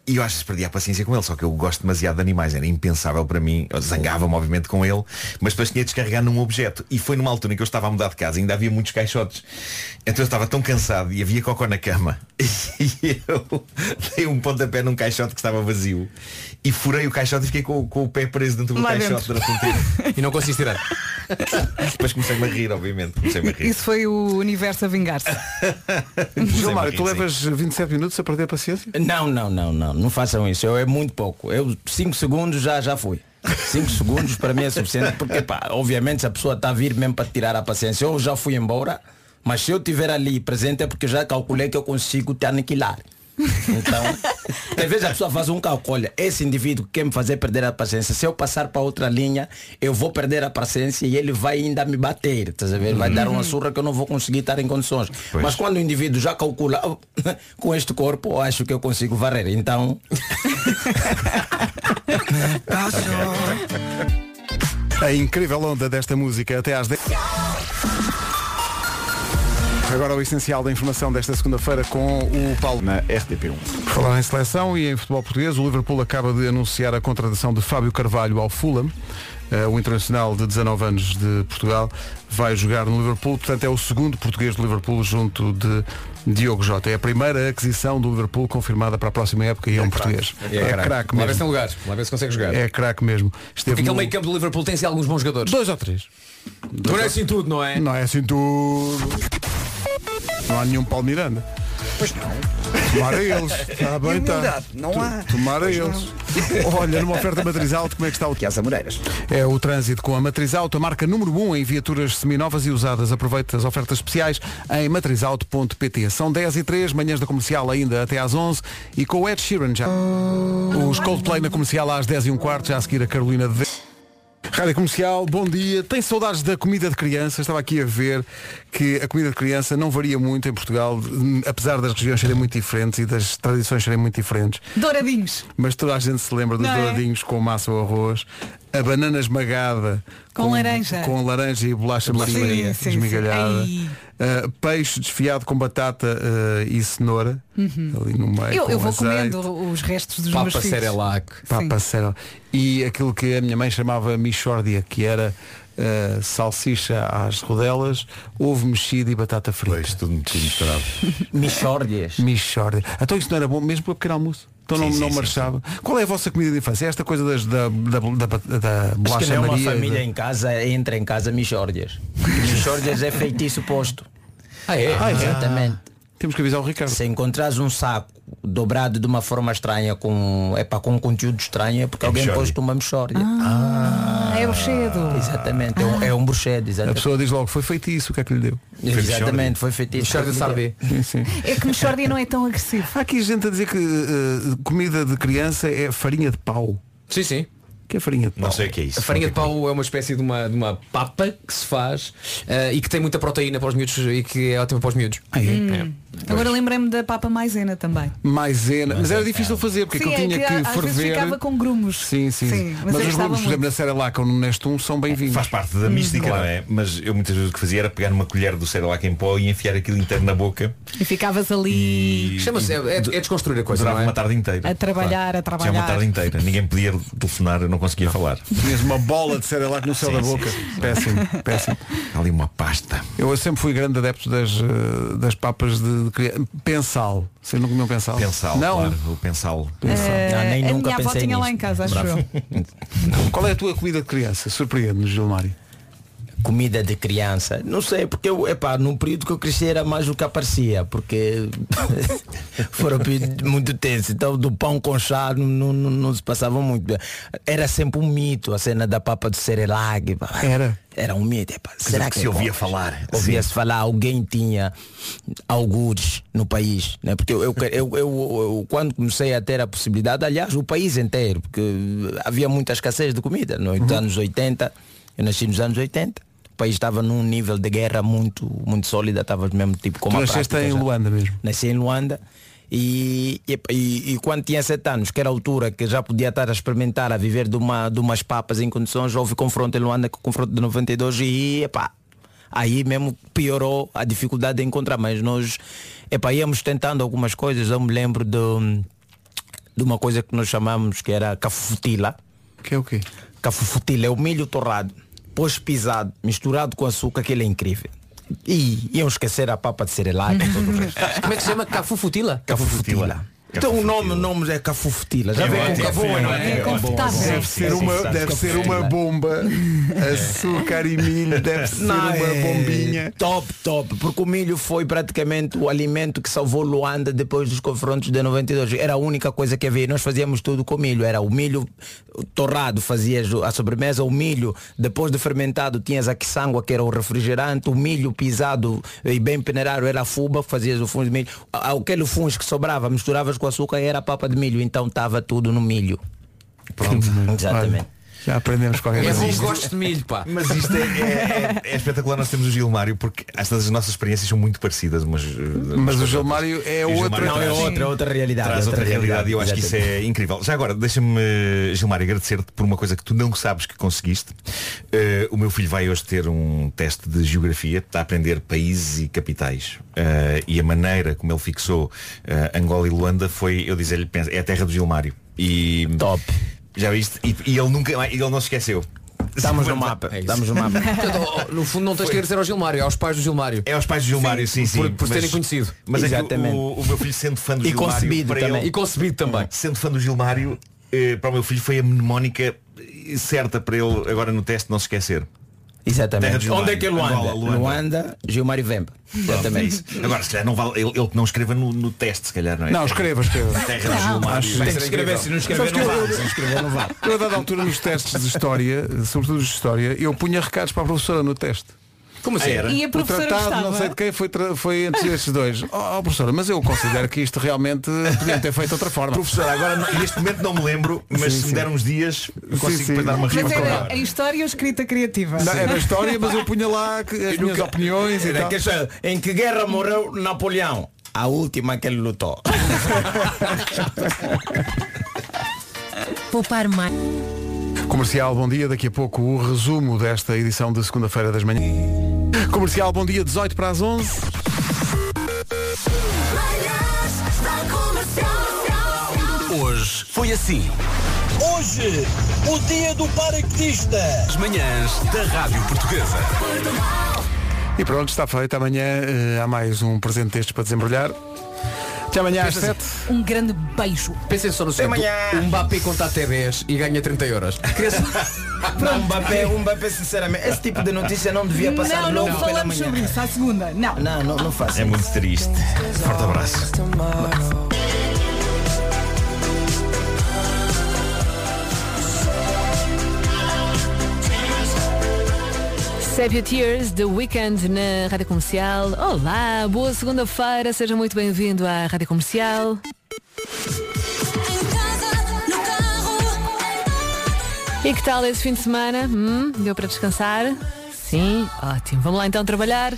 Speaker 7: e eu acho que perdi a paciência com ele, só que eu gosto demasiado de animais, era impensável para mim, eu zangava-me obviamente com ele, mas depois tinha de descarregar num objeto. E foi numa altura em que eu estava a mudar de casa, ainda havia muitos caixotes. Então eu estava tão cansado e havia cocó na cama. E eu dei um pontapé num caixote que estava vazio e furei o caixote e fiquei com, com o pé preso dentro do
Speaker 4: Lá
Speaker 7: caixote durante um tempo.
Speaker 2: E não consegui tirar.
Speaker 7: Depois comecei-me a rir, obviamente. Comecei-me a rir.
Speaker 4: Isso foi o universo a vingar-se.
Speaker 1: Gilmar,
Speaker 7: Sim,
Speaker 1: tu
Speaker 7: sim.
Speaker 1: levas 27 minutos a perder a paciência?
Speaker 9: Não, não, não, não, não façam isso. Eu, é muito pouco. Eu 5 segundos já já fui. 5 segundos para mim é suficiente porque pá, obviamente se a pessoa está a vir mesmo para tirar a paciência, eu já fui embora, mas se eu estiver ali presente é porque eu já calculei que eu consigo te aniquilar. Então, às vezes a pessoa faz um cálculo, olha, esse indivíduo que quer me fazer perder a paciência, se eu passar para outra linha, eu vou perder a paciência e ele vai ainda me bater, estás a ver? Vai dar
Speaker 1: Uhum.
Speaker 9: uma surra que eu não vou conseguir estar em condições. Mas quando o indivíduo já calcula, "Oh, com este corpo, eu acho que eu consigo varrer. Então,
Speaker 1: A incrível onda desta música até às 10. Agora o essencial da informação desta segunda-feira com o Paulo.
Speaker 14: Na RTP1.
Speaker 1: Por falar em seleção e em futebol português, o Liverpool acaba de anunciar a contratação de Fábio Carvalho ao Fulham. Eh, O internacional de 19 anos de Portugal vai jogar no Liverpool, portanto é o segundo português do Liverpool junto de Diogo Jota. É a primeira aquisição do Liverpool confirmada para a próxima época e é, um português. É craque
Speaker 2: Lá vê se
Speaker 9: um
Speaker 1: mesmo.
Speaker 2: tem lugares. Lá vê se consegue jogar.
Speaker 1: É craque mesmo. Esteve
Speaker 2: Aquele
Speaker 1: no-
Speaker 2: meio campo do Liverpool tem-se alguns bons jogadores.
Speaker 1: Dois ou três.
Speaker 2: Não é assim tudo, não é?
Speaker 1: Não é assim tudo. Não há nenhum Paulo Miranda.
Speaker 3: Pois não.
Speaker 1: Tomara eles. Está bem, está.
Speaker 3: Humildade, não há.
Speaker 1: Tomara
Speaker 3: Pois
Speaker 1: eles. Olha, numa oferta matriz alto, como é que está o
Speaker 3: Que as Amoreiras.
Speaker 1: É o trânsito com a Matriz Auto, a marca número 1 em viaturas seminovas e usadas. Aproveite as ofertas especiais em matrizauto.pt. São 10 e 3, manhãs da comercial ainda até às 11 e com o Ed Sheeran já. Os Coldplay na comercial às 10 e um quarto, já a seguir a Carolina de... Rádio Comercial, bom dia. Tem saudades da comida de criança? Estava aqui a ver que a comida de criança não varia muito em Portugal, hum, apesar das regiões serem muito diferentes e das tradições serem muito diferentes
Speaker 4: Douradinhos.
Speaker 1: mas toda a gente se lembra dos
Speaker 4: Não é?
Speaker 1: douradinhos com massa ou arroz, a banana esmagada
Speaker 4: Com laranja.
Speaker 1: com laranja e bolacha
Speaker 4: Bolacha
Speaker 1: maria
Speaker 4: Maria. Sim, sim, sim.
Speaker 1: esmigalhada,
Speaker 4: Ai.
Speaker 1: Ah, peixe desfiado com batata ah, e cenoura ali no meio.
Speaker 4: Uhum. Eu,
Speaker 1: com
Speaker 4: eu vou
Speaker 1: azeite.
Speaker 4: comendo os restos dos meus
Speaker 2: Papa
Speaker 4: filhos.
Speaker 2: Cerelac.
Speaker 1: Papa sério. E aquilo que a minha mãe chamava michórdia, que era ah, salsicha às rodelas, ovo mexido e batata frita.
Speaker 15: Pois, tudo muito misturado.
Speaker 9: Michórdias.
Speaker 1: Michórdia. Então isso não era bom mesmo para o pequeno almoço. Então não,
Speaker 7: Sim,
Speaker 1: não
Speaker 7: sim, sim,
Speaker 1: marchava. Qual é a vossa comida de infância? Esta coisa das, da, da, da, da
Speaker 9: Acho que
Speaker 1: bolacha
Speaker 9: não é uma
Speaker 1: Maria.
Speaker 9: família
Speaker 1: da-
Speaker 9: em casa, entra em casa Michórdias. Michórdias é feitiço posto.
Speaker 2: Ah, é?
Speaker 1: Ah, é? Ah.
Speaker 9: Exatamente.
Speaker 1: Temos que avisar o Ricardo.
Speaker 9: Se encontrares um saco dobrado de uma forma estranha com, é com um conteúdo estranho é porque alguém
Speaker 15: mexórdia.
Speaker 9: pôs-te uma mexórdia.
Speaker 4: Ah, é o cedo.
Speaker 9: Exatamente, é um, é um bruxedo,
Speaker 1: A
Speaker 9: exatamente.
Speaker 1: pessoa diz logo, foi feito isso, o que é que lhe deu?
Speaker 9: Exatamente, foi feitiço.
Speaker 2: Michórdia de Sardê.
Speaker 1: Sim, sim.
Speaker 4: É que mexórdia não é tão agressivo.
Speaker 1: Há aqui gente a dizer que eh, comida de criança é farinha de pau.
Speaker 2: Sim, sim.
Speaker 1: O que é farinha de pau?
Speaker 7: Não sei o que é isso.
Speaker 2: A farinha de pau é uma espécie de uma, de uma papa que se faz eh, e que tem muita proteína para os miúdos e que é ótima para os miúdos. É.
Speaker 4: Agora lembrei-me da papa maisena também.
Speaker 1: Maisena. Mas era difícil fazer, porque
Speaker 4: Sim,
Speaker 1: aquilo
Speaker 4: é
Speaker 1: tinha
Speaker 4: que
Speaker 1: que,
Speaker 4: a- às vezes
Speaker 1: ferver.
Speaker 4: ficava com grumos.
Speaker 1: Sim, sim.
Speaker 4: Sim,
Speaker 1: sim.
Speaker 4: mas
Speaker 1: Mas,
Speaker 4: eu
Speaker 1: os
Speaker 4: gostava
Speaker 1: grumos, por exemplo,
Speaker 4: muito.
Speaker 1: na Cerelac ou no Nestum são bem-vindos.
Speaker 7: Faz parte da mística, não é? Mas eu muitas vezes o que fazia era pegar uma colher do Cerelac em pó e enfiar aquilo inteiro na boca
Speaker 4: E ficavas ali
Speaker 7: e
Speaker 2: Chama-se, é, é- é desconstruir a coisa, não
Speaker 7: durava
Speaker 2: é?
Speaker 7: uma tarde inteira.
Speaker 4: a trabalhar, a
Speaker 7: Já uma
Speaker 4: trabalhar.
Speaker 7: tarde inteira. Ninguém podia telefonar, eu não conseguia falar.
Speaker 1: Tinhas uma bola de Cerelac no céu
Speaker 7: Sim,
Speaker 1: da
Speaker 7: sim,
Speaker 1: boca. Péssimo, péssimo.
Speaker 7: Há Ali uma pasta.
Speaker 1: Eu sempre fui grande adepto das, eh, das papas de, de criança. Pensal. Vocês não comiam pensal?
Speaker 7: Pensal,
Speaker 1: Não.
Speaker 7: claro. O pensal.
Speaker 16: eh,
Speaker 9: Não, Ah, nem
Speaker 4: a
Speaker 9: nunca
Speaker 4: minha avó
Speaker 9: pensei
Speaker 4: tinha lá
Speaker 9: nisto.
Speaker 4: em casa, acho eu.
Speaker 1: Qual é a tua comida de criança? Surpreende-nos, Gilmário.
Speaker 9: Comida de criança. Não sei, porque eu, epá, num período que eu cresci era mais o que aparecia, porque foram períodos muito tenso. Então do pão com chá não, não, não, não se passava muito bem. Era sempre um mito, a cena da papa do Cerelac. pá.
Speaker 1: Era?
Speaker 9: Era um mito. epá, será
Speaker 7: que
Speaker 9: que
Speaker 7: se
Speaker 9: é bom?
Speaker 7: ouvia falar.
Speaker 9: Ouvia-se falar, alguém tinha algures no país, né? porque eu, eu, eu, eu- eu- quando comecei a ter a possibilidade, aliás, o país inteiro, porque havia muita escassez de comida nos
Speaker 1: Uhum.
Speaker 9: anos 80, eu nasci nos anos 80, o país estava num nível de guerra muito, muito sólida, estava mesmo tipo como
Speaker 1: Tu
Speaker 9: a
Speaker 1: nasceste
Speaker 9: prática
Speaker 1: em
Speaker 9: já.
Speaker 1: Luanda mesmo.
Speaker 9: Nasci em Luanda e, e, e- e quando tinha sete anos, que era a altura que já podia estar a experimentar, a viver de, uma, de umas papas em condições, houve confronto em Luanda com o confronto de 92 e epá, aí mesmo piorou a dificuldade de encontrar, mas nós epá, íamos tentando algumas coisas, eu me lembro de, de uma coisa que nós chamamos que era cafufutila.
Speaker 1: Que é o quê?
Speaker 9: Cafufutila é o milho torrado, pós pisado, misturado com açúcar, que ele é incrível. E iam esquecer a papa de cerelac e todo o resto.
Speaker 2: Como é que se chama? Cafufutila?
Speaker 9: Cafufutila.
Speaker 7: Cafufutila.
Speaker 9: Então o nome, o nome é Cafufutila. Já
Speaker 7: É
Speaker 9: vem
Speaker 7: ótimo,
Speaker 9: com café,
Speaker 7: é
Speaker 9: não é?
Speaker 7: ótimo.
Speaker 4: É confortável.
Speaker 1: Deve ser uma, deve ser uma bomba. Açúcar e milho deve ser
Speaker 9: Não,
Speaker 1: uma
Speaker 9: é
Speaker 1: bombinha.
Speaker 9: Top, top. Porque o milho foi praticamente o alimento que salvou Luanda depois dos confrontos de 92. Era a única coisa que havia. Nós fazíamos tudo com milho. Era o milho torrado, fazias a sobremesa, o milho, depois de fermentado, tinhas a quiçangua, que era o refrigerante, o milho pisado e bem peneirado era a fuba, fazias o fundo de milho. A- Aquele fundo que sobrava, misturavas com açúcar e era a papa de milho. Então estava tudo no milho. Pronto. Exatamente.
Speaker 1: Já aprendemos qualquer
Speaker 2: É
Speaker 1: coisa.
Speaker 2: bom gosto de milho, pá.
Speaker 7: Mas isto é, é- é- é espetacular, nós temos o Gilmário, porque estas as nossas experiências são muito parecidas, eh, mas,
Speaker 1: Mas o Gilmário é outra.
Speaker 9: Não, é outra, outra realidade.
Speaker 7: Ah, Traz outra realidade e eu acho que isso
Speaker 9: exatamente.
Speaker 7: é incrível. Já agora, deixa-me, Gilmário, agradecer-te por uma coisa que tu não sabes que conseguiste. Eh, o meu filho vai hoje ter um teste de geografia, está a aprender países e capitais. Eh, e a maneira como ele fixou eh, Angola e Luanda foi eu dizer-lhe, pensa, é a terra do Gilmário. E
Speaker 9: Top.
Speaker 7: já viste? E, e ele nunca mais- ele não se esqueceu.
Speaker 9: Estamos no um mapa.
Speaker 2: É isso.
Speaker 9: Estamos no mapa.
Speaker 2: Portanto, oh, No fundo não tens que agradecer ao Gilmário, é aos pais do Gilmário.
Speaker 7: É aos pais do Gilmário, sim, sim.
Speaker 2: por- por terem conhecido.
Speaker 7: Mas é
Speaker 9: Exatamente.
Speaker 7: que o, o meu filho sendo fã do
Speaker 9: E
Speaker 7: Gilmário
Speaker 9: concebido
Speaker 7: para
Speaker 9: também.
Speaker 7: ele-
Speaker 2: E concebido também.
Speaker 7: Sendo fã do Gilmário, eh, para o meu filho foi a mnemónica eh, certa para ele agora no teste não se esquecer.
Speaker 9: Exatamente.
Speaker 7: Terra de Luanda.
Speaker 9: Onde é que é Luanda?
Speaker 7: Angola, Luanda.
Speaker 9: Luanda, Gilmar e Vemba.
Speaker 7: Pronto, é
Speaker 9: Exatamente.
Speaker 7: isso. Agora, se calhar não vale. Ele, ele que não escreva no, no teste, se calhar, não é?
Speaker 1: Não, escreva, escreva.
Speaker 7: Terra de Gilmar.
Speaker 1: Acho
Speaker 7: Vai
Speaker 1: isso
Speaker 7: ser
Speaker 1: incrível.
Speaker 7: incrível.
Speaker 1: Sabes que eu- Eu, a dada altura, nos testes de história, sobretudo os de história, eu punha recados para a professora no teste.
Speaker 2: Como assim?
Speaker 7: Ah, era?
Speaker 16: E a
Speaker 1: O
Speaker 16: professora
Speaker 1: tratado,
Speaker 16: gostava?
Speaker 1: não sei de quem, foi, tra- foi entre estes dois. Oh, oh, professora, mas eu considero que isto realmente podiam ter feito de outra forma.
Speaker 7: Professor, agora não- neste momento não me lembro, mas se me der uns dias eu consigo
Speaker 1: sim.
Speaker 7: depois dar uma
Speaker 16: Mas
Speaker 7: resposta.
Speaker 16: era em história ou escrita criativa?
Speaker 1: Não, era história, mas eu punha lá que- as minhas opiniões e
Speaker 9: Era
Speaker 1: tal.
Speaker 9: que só- em que guerra morreu Napoleão? A última que ele lutou.
Speaker 4: Poupar mais.
Speaker 1: Comercial, bom dia. Daqui a pouco o resumo desta edição de segunda-feira das manhãs. Comercial, bom dia, 18 para as 11.
Speaker 6: Hoje foi assim.
Speaker 17: Hoje, o dia do paraquedista.
Speaker 6: As manhãs da Rádio Portuguesa.
Speaker 1: E pronto, está feito. Amanhã eh, há mais um presente destes para desembrulhar. Até amanhã às 7.
Speaker 16: Um grande beijo.
Speaker 2: assim, Pensem só no seguinte, um Mbappé conta até 10 e ganha 30 euros.
Speaker 9: Não, Mbappé, um Mbappé, sinceramente, esse tipo de notícia não devia passar
Speaker 16: Não,
Speaker 9: logo
Speaker 16: não
Speaker 9: pela
Speaker 16: falamos
Speaker 9: manhã.
Speaker 16: sobre isso. À segunda. Não.
Speaker 9: Não, não, não faça.
Speaker 7: É muito triste. Forte abraço.
Speaker 4: Save Your Tears, The Weekend na Rádio Comercial. Olá, boa segunda-feira, seja muito bem-vindo à Rádio Comercial. E que tal esse fim de semana? Hum, deu para descansar? Sim, ótimo. Vamos lá então trabalhar.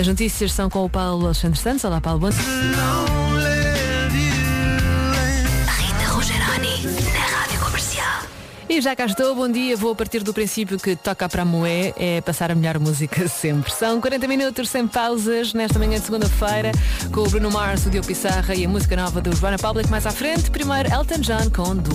Speaker 4: As notícias são com o Paulo Alexandre Santos. Olá, Paulo. Bom dia.
Speaker 18: Rita Rogeroni na Rádio Comercial.
Speaker 4: E já cá estou, bom dia. Vou a partir do princípio que toca para Moé é passar a melhor música sempre. São 40 minutos sem pausas nesta manhã de segunda-feira com o Bruno Mars, o Diogo Pissarra e a música nova do Joana Pablo que mais à frente. Primeiro Elton John com duas.